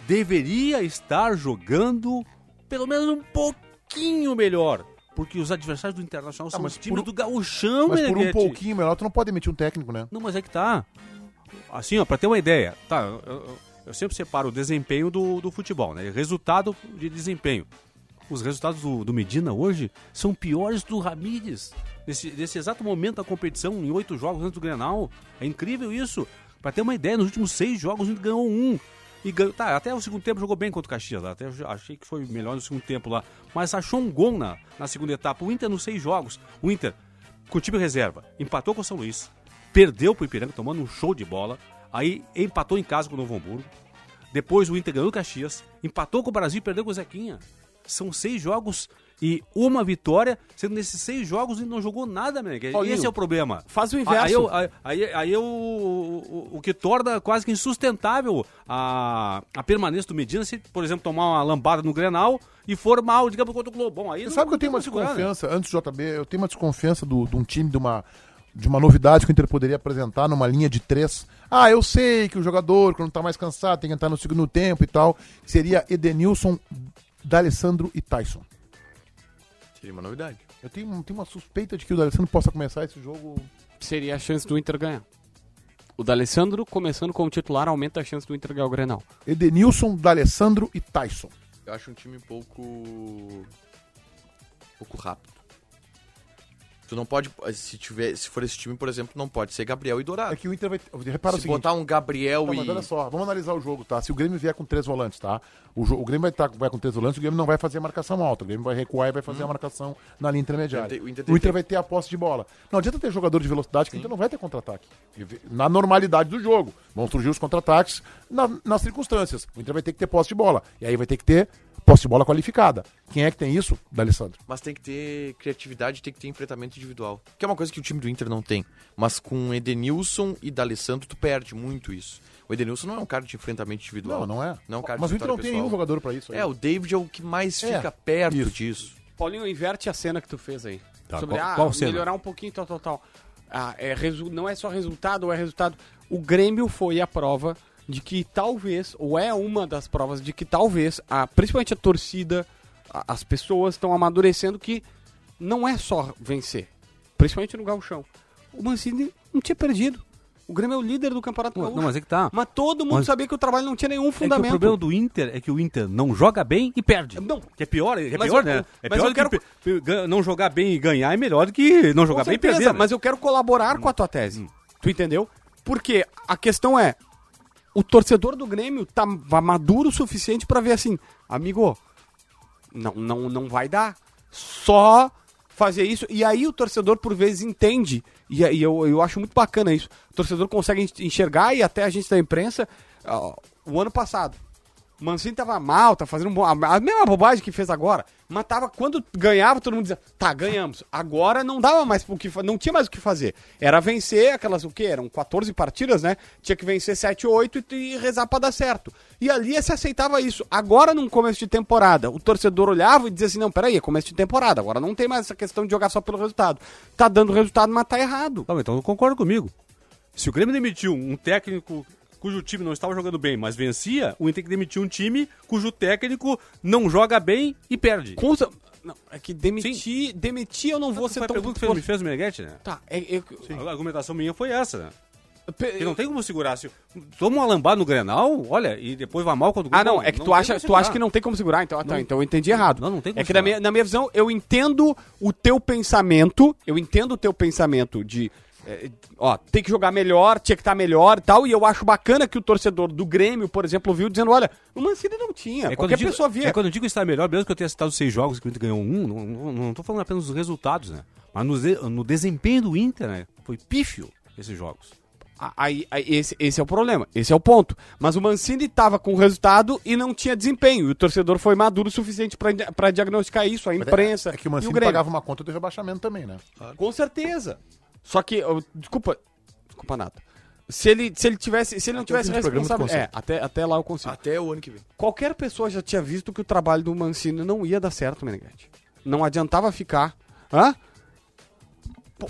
Speaker 4: deveria estar jogando pelo menos um pouquinho melhor. Porque os adversários do Internacional são
Speaker 2: Tá, mas
Speaker 4: os times
Speaker 2: por- um
Speaker 4: do Gauchão,
Speaker 2: Mas por um
Speaker 4: Meneghetti.
Speaker 2: pouquinho melhor, tu não pode demitir um técnico, né?
Speaker 4: Não, mas é que tá. Assim, ó, pra ter uma ideia, tá, eu, eu- eu sempre separo o desempenho do, do futebol, né? Resultado de desempenho. Os resultados do, do Medina hoje são piores do Ramírez. Nesse, nesse exato momento da competição, em oito jogos antes do Grenal. É incrível isso. Pra ter uma ideia, nos últimos seis jogos a gente ganhou um. E ganhou, tá, até o segundo tempo jogou bem contra o Caxias lá. Até eu achei que foi melhor no segundo tempo lá. Mas achou um gol na, na segunda etapa. O Inter nos seis jogos. O Inter, com o time reserva, empatou com o São Luís. Perdeu pro Ipiranga, tomando um show de bola. Aí empatou em casa com o Novo Hamburgo. Depois o Inter ganhou o Caxias, empatou com o Brasil e perdeu com o Zequinha. São seis jogos e uma vitória, sendo nesses seis jogos ele não jogou nada, Meneghetti.
Speaker 3: Paulinho,
Speaker 4: Esse é o problema.
Speaker 3: Faz o inverso.
Speaker 4: Aí, eu- aí, aí, aí eu- o, o- o que torna quase que insustentável a, a permanência do Medina se, por exemplo, tomar uma lambada no Grenal e for mal, digamos, contra o Globão. Aí
Speaker 2: Você
Speaker 4: não-
Speaker 2: sabe que eu
Speaker 4: não
Speaker 2: tenho uma
Speaker 4: como segurar, né?
Speaker 2: desconfiança, antes do JB, eu tenho uma desconfiança do- de um time, de uma, de uma novidade que o Inter poderia apresentar numa linha de três. Ah, eu sei que o jogador, quando tá mais cansado, tem que entrar no segundo tempo e tal. Seria Edenilson, D'Alessandro e Tyson.
Speaker 5: Seria uma novidade.
Speaker 2: Eu tenho, tenho uma suspeita de que o D'Alessandro possa começar esse jogo.
Speaker 3: Seria a chance do Inter ganhar. O D'Alessandro começando como titular aumenta a chance do Inter ganhar o Grenal.
Speaker 2: Edenilson, D'Alessandro e Tyson.
Speaker 5: Eu acho um time pouco. pouco rápido. Tu não pode. Se, tiver, se for esse time, por exemplo, não pode ser Gabriel e
Speaker 2: É
Speaker 5: Dourado.
Speaker 2: que o Inter vai. Repara o
Speaker 5: Ah. se
Speaker 2: seguinte.
Speaker 5: botar um Gabriel
Speaker 2: Tá, mas olha
Speaker 5: e.
Speaker 2: só, vamos analisar o jogo, tá? Se o Grêmio vier com três volantes, tá? O, jo- o Grêmio vai, tá, vai com três volantes, o Grêmio não vai fazer a marcação alta. O Grêmio vai recuar e vai fazer a marcação na linha intermediária.
Speaker 5: O Hum. Inter- o Inter
Speaker 2: o Inter
Speaker 5: tem-
Speaker 2: vai ter a posse de bola. Não adianta ter jogador de velocidade, que o Inter não vai ter contra-ataque. E ve- Na normalidade do jogo. Vão surgir os contra-ataques na- nas circunstâncias. O Inter vai ter que ter posse de bola. E aí vai ter que ter posse de bola qualificada. Quem é que tem isso? D'Alessandro.
Speaker 5: Mas tem que ter criatividade, tem que ter enfrentamento individual. Que é uma coisa que o time do Inter não tem. Mas com Edenilson e D'Alessandro, tu perde muito isso. O Edenilson não é um cara de enfrentamento individual.
Speaker 2: Não, não é.
Speaker 5: Não é um cara
Speaker 2: mas
Speaker 5: de
Speaker 2: o Inter não
Speaker 5: vitória
Speaker 2: tem
Speaker 5: pessoal.
Speaker 2: nenhum jogador pra isso. aí.
Speaker 5: É, o David é o que mais
Speaker 2: É,
Speaker 5: fica perto
Speaker 2: isso.
Speaker 5: disso.
Speaker 3: Paulinho, inverte a cena que tu fez aí.
Speaker 4: Tá,
Speaker 3: Sobre
Speaker 4: qual-
Speaker 3: ah,
Speaker 4: qual cena?
Speaker 3: melhorar um pouquinho, tal, tal, tal. Ah, é resu- não é só resultado, é resultado. O Grêmio foi a prova de que talvez, ou é uma das provas de que talvez, a, principalmente a torcida, a- as pessoas estão amadurecendo que não é só vencer. Principalmente no gauchão. O Mancini não tinha perdido. O Grêmio é o líder do Campeonato
Speaker 4: Não,
Speaker 3: Gaúcho.
Speaker 4: mas é que tá.
Speaker 3: Mas todo mundo
Speaker 4: Mas-
Speaker 3: sabia que o trabalho não tinha nenhum
Speaker 4: É que o
Speaker 3: fundamento.
Speaker 4: problema do Inter é que o Inter não joga bem e perde.
Speaker 3: Não.
Speaker 4: Que é pior, é
Speaker 3: Mas
Speaker 4: pior,
Speaker 3: eu-
Speaker 4: né? É
Speaker 3: mas
Speaker 4: pior
Speaker 3: eu quero-
Speaker 4: do que pe- gan- não jogar bem e ganhar é melhor do que não jogar
Speaker 3: Com
Speaker 4: bem e
Speaker 3: certeza,
Speaker 4: perder. né? Hum.
Speaker 3: Mas eu quero colaborar com a tua tese. Tu entendeu? Porque a questão é: o torcedor do Grêmio tá va- maduro o suficiente pra ver assim, amigo, não, não, não vai dar. Só fazer isso. E aí o torcedor, por vezes, entende. E, aí eu, eu acho muito bacana isso. O torcedor consegue en- enxergar e até a gente da imprensa. ó, o ano passado. o Mancini tava mal, tá fazendo um bom- a a mesma bobagem que fez agora. Mas tava, quando ganhava, todo mundo dizia, tá, ganhamos. Agora não dava mais o que fa- não tinha mais o que fazer. Era vencer aquelas, o quê? Eram 14 partidas, né? Tinha que vencer 7, 8 e, e rezar pra dar certo. E ali se aceitava isso. Agora, num começo de temporada, o torcedor olhava e dizia assim, não, peraí, é começo de temporada, agora não tem mais essa questão de jogar só pelo resultado. Tá dando resultado, mas tá errado.
Speaker 4: Tá, mas então eu concordo comigo. Se o Grêmio demitiu um técnico cujo time não estava jogando bem, mas vencia, o Inter tem que demitir um time cujo técnico não joga bem e perde.
Speaker 3: Com cer- Não, é que demitir, demitir eu não vou ser
Speaker 4: Foi a
Speaker 3: tão...
Speaker 4: pergunta que fez- me fez o Meneghetti, né?
Speaker 3: Tá, é, é-
Speaker 4: A argumentação minha foi essa, né?
Speaker 3: pe-
Speaker 4: Porque não tem como segurar. Se toma uma lambada no Grenal, olha, e depois vai mal quando o
Speaker 3: Ah,
Speaker 4: Grêmio-
Speaker 3: não, é que tu,
Speaker 4: tem
Speaker 3: acha,
Speaker 4: como
Speaker 3: tu acha
Speaker 4: segurar.
Speaker 3: que não tem como segurar, então, ah, tá, então eu entendi errado.
Speaker 4: Não, não tem como
Speaker 3: É que na
Speaker 4: segurar.
Speaker 3: minha, na minha visão, eu entendo o teu pensamento, eu entendo o teu pensamento de, eh, ó, tem que jogar melhor, tinha que estar melhor e tal, e eu acho bacana que o torcedor do Grêmio, por exemplo, viu dizendo, olha, o Mancini não
Speaker 4: É
Speaker 3: tinha,
Speaker 4: quando, eu
Speaker 3: qualquer
Speaker 4: digo,
Speaker 3: pessoa via.
Speaker 4: é quando eu digo estar melhor, mesmo que eu tenha citado seis jogos e que o Inter ganhou um, não, não, não tô falando apenas dos resultados, né? Mas no, de- no desempenho do Inter, né? Foi pífio esses jogos.
Speaker 3: A- Aí, aí esse, esse é o problema, esse é o ponto. Mas o Mancini estava com resultado e não tinha desempenho, e o torcedor foi maduro o suficiente para diagnosticar isso, a
Speaker 2: Mas é-
Speaker 3: imprensa
Speaker 2: É que o
Speaker 3: e o
Speaker 2: Mancini
Speaker 3: Grêmio.
Speaker 2: pagava uma conta do rebaixamento também, né?
Speaker 3: Com certeza. Só que, eu- desculpa, desculpa, Nato. Se ele, se ele tivesse, se ele não
Speaker 2: Até o fim
Speaker 3: tivesse
Speaker 2: do programa tu
Speaker 3: responsabilidade. É, até, até lá eu consigo.
Speaker 5: Até o ano que vem.
Speaker 3: Qualquer pessoa já tinha visto que o trabalho do Mancini não ia dar certo, Meneghetti. Não adiantava ficar. Hã? Pô,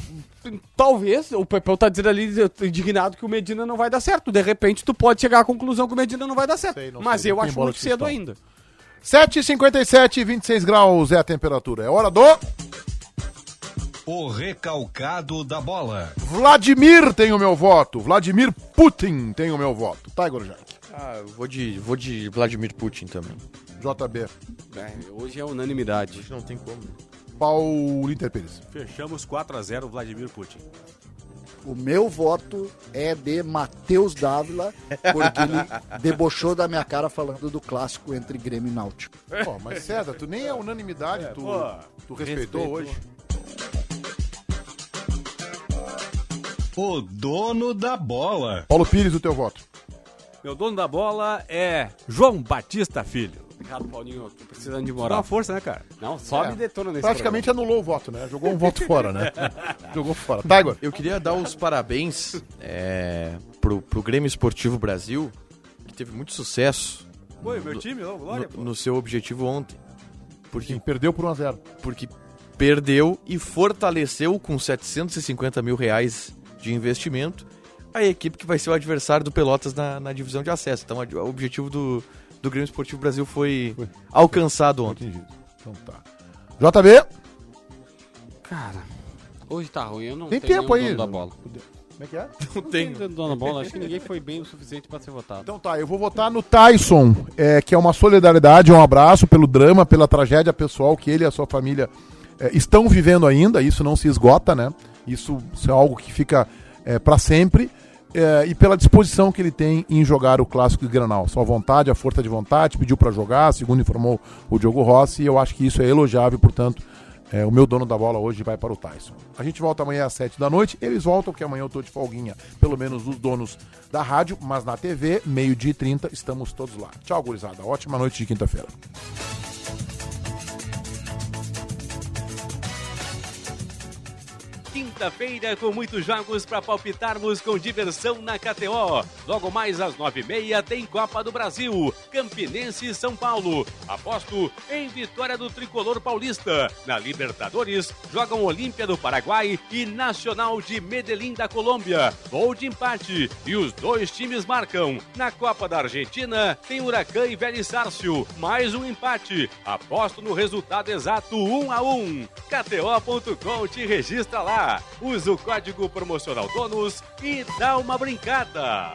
Speaker 3: Talvez, o Pepeu tá dizendo ali, eu tô indignado que o Medina não vai dar certo. De repente, tu pode chegar à conclusão que o Medina não vai dar certo.
Speaker 2: Sei, não
Speaker 3: Mas
Speaker 2: sei,
Speaker 3: eu
Speaker 2: tem
Speaker 3: acho
Speaker 2: bola
Speaker 3: muito
Speaker 2: de
Speaker 3: cedo
Speaker 2: cristal.
Speaker 3: ainda.
Speaker 2: 7h57, 26 graus é a temperatura. É hora do
Speaker 1: O recalcado da bola.
Speaker 2: Vladimir tem o meu voto. Vladimir Putin tem o meu voto. Tá, Tiger Jack.
Speaker 5: Ah, eu vou de, vou de Vladimir Putin também.
Speaker 2: JB.
Speaker 3: hoje é unanimidade.
Speaker 5: Não tem como.
Speaker 2: Paulo Inter Pires.
Speaker 4: Fechamos 4x0 Vladimir Putin.
Speaker 6: O meu voto é de Matheus Dávila, porque ele debochou da minha cara falando do clássico entre Grêmio e Náutico.
Speaker 2: Pô, mas César, tu nem é unanimidade, tu, tu respeitou hoje.
Speaker 1: O dono da bola.
Speaker 2: Paulo Pires, o teu voto.
Speaker 4: Meu dono da bola é João Batista Filho.
Speaker 3: Obrigado, Paulinho. Tô precisando de
Speaker 4: Dá uma
Speaker 3: moral.
Speaker 4: força, né, cara?
Speaker 3: Não, é. sobe e detona nesse
Speaker 2: Praticamente anulou o voto, né? Jogou um voto fora, né? Jogou fora. Tá, Tiger.
Speaker 5: Eu queria dar os parabéns é, pro, pro Grêmio Esportivo Brasil, que teve muito sucesso
Speaker 4: Foi, meu time, ô, glória,
Speaker 5: no, no seu objetivo ontem. Porque,
Speaker 2: Sim, perdeu por 1x0.
Speaker 5: porque perdeu e fortaleceu com 750 mil reais de investimento a equipe que vai ser o adversário do Pelotas na, na divisão de acesso. Então, a- o objetivo do, do Grêmio Esportivo Brasil foi,
Speaker 2: Foi.
Speaker 5: alcançado ontem.
Speaker 2: Atingido. Então tá. JB.
Speaker 3: Cara, hoje tá ruim, eu não
Speaker 2: Tem
Speaker 3: tenho
Speaker 2: tempo
Speaker 3: nenhum
Speaker 2: aí.
Speaker 3: dono da bola.
Speaker 2: Como é que é?
Speaker 5: Não tem.
Speaker 3: Não dono da bola, acho que ninguém foi bem o suficiente pra ser votado.
Speaker 2: Então tá, eu vou votar no Tyson, é, que é uma solidariedade, um abraço pelo drama, pela tragédia pessoal que ele e a sua família é, estão vivendo ainda, isso não se esgota, né? Isso, isso é algo que fica é, para sempre. é, e pela disposição que ele tem em jogar o clássico de Granal. Sua vontade, a força de vontade, pediu para jogar, segundo informou o Diogo Rossi, e eu acho que isso é elogiável, portanto, é, o meu dono da bola hoje vai para o Tyson. A gente volta amanhã às 7 da noite. Eles voltam, porque amanhã eu tô de folguinha. Pelo menos os donos da rádio, mas na TV, meio-dia e 30, estamos todos lá. Tchau, gurizada. Ótima noite de quinta-feira.
Speaker 4: Quinta-feira com muitos jogos para palpitarmos com diversão na KTO. Logo mais às nove e meia tem Copa do Brasil, Campinense e São Paulo. Aposto em vitória do tricolor paulista. Na Libertadores jogam Olímpia do Paraguai e Nacional de Medellín da Colômbia. Gol de empate e os dois times marcam. Na Copa da Argentina tem Huracan e Vélez Sárcio. Mais um empate. Aposto no resultado exato 1 a 1. KTO.com te registra lá. Usa o código promocional DONUS e dá uma brincada.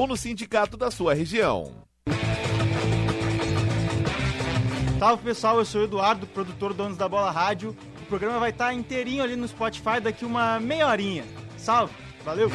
Speaker 7: ou no sindicato da sua região.
Speaker 8: Salve pessoal, eu sou o Eduardo, produtor do Donos da Bola Rádio. O tá programa vai estar inteirinho ali no Spotify daqui uma meia horinha. Salve, valeu!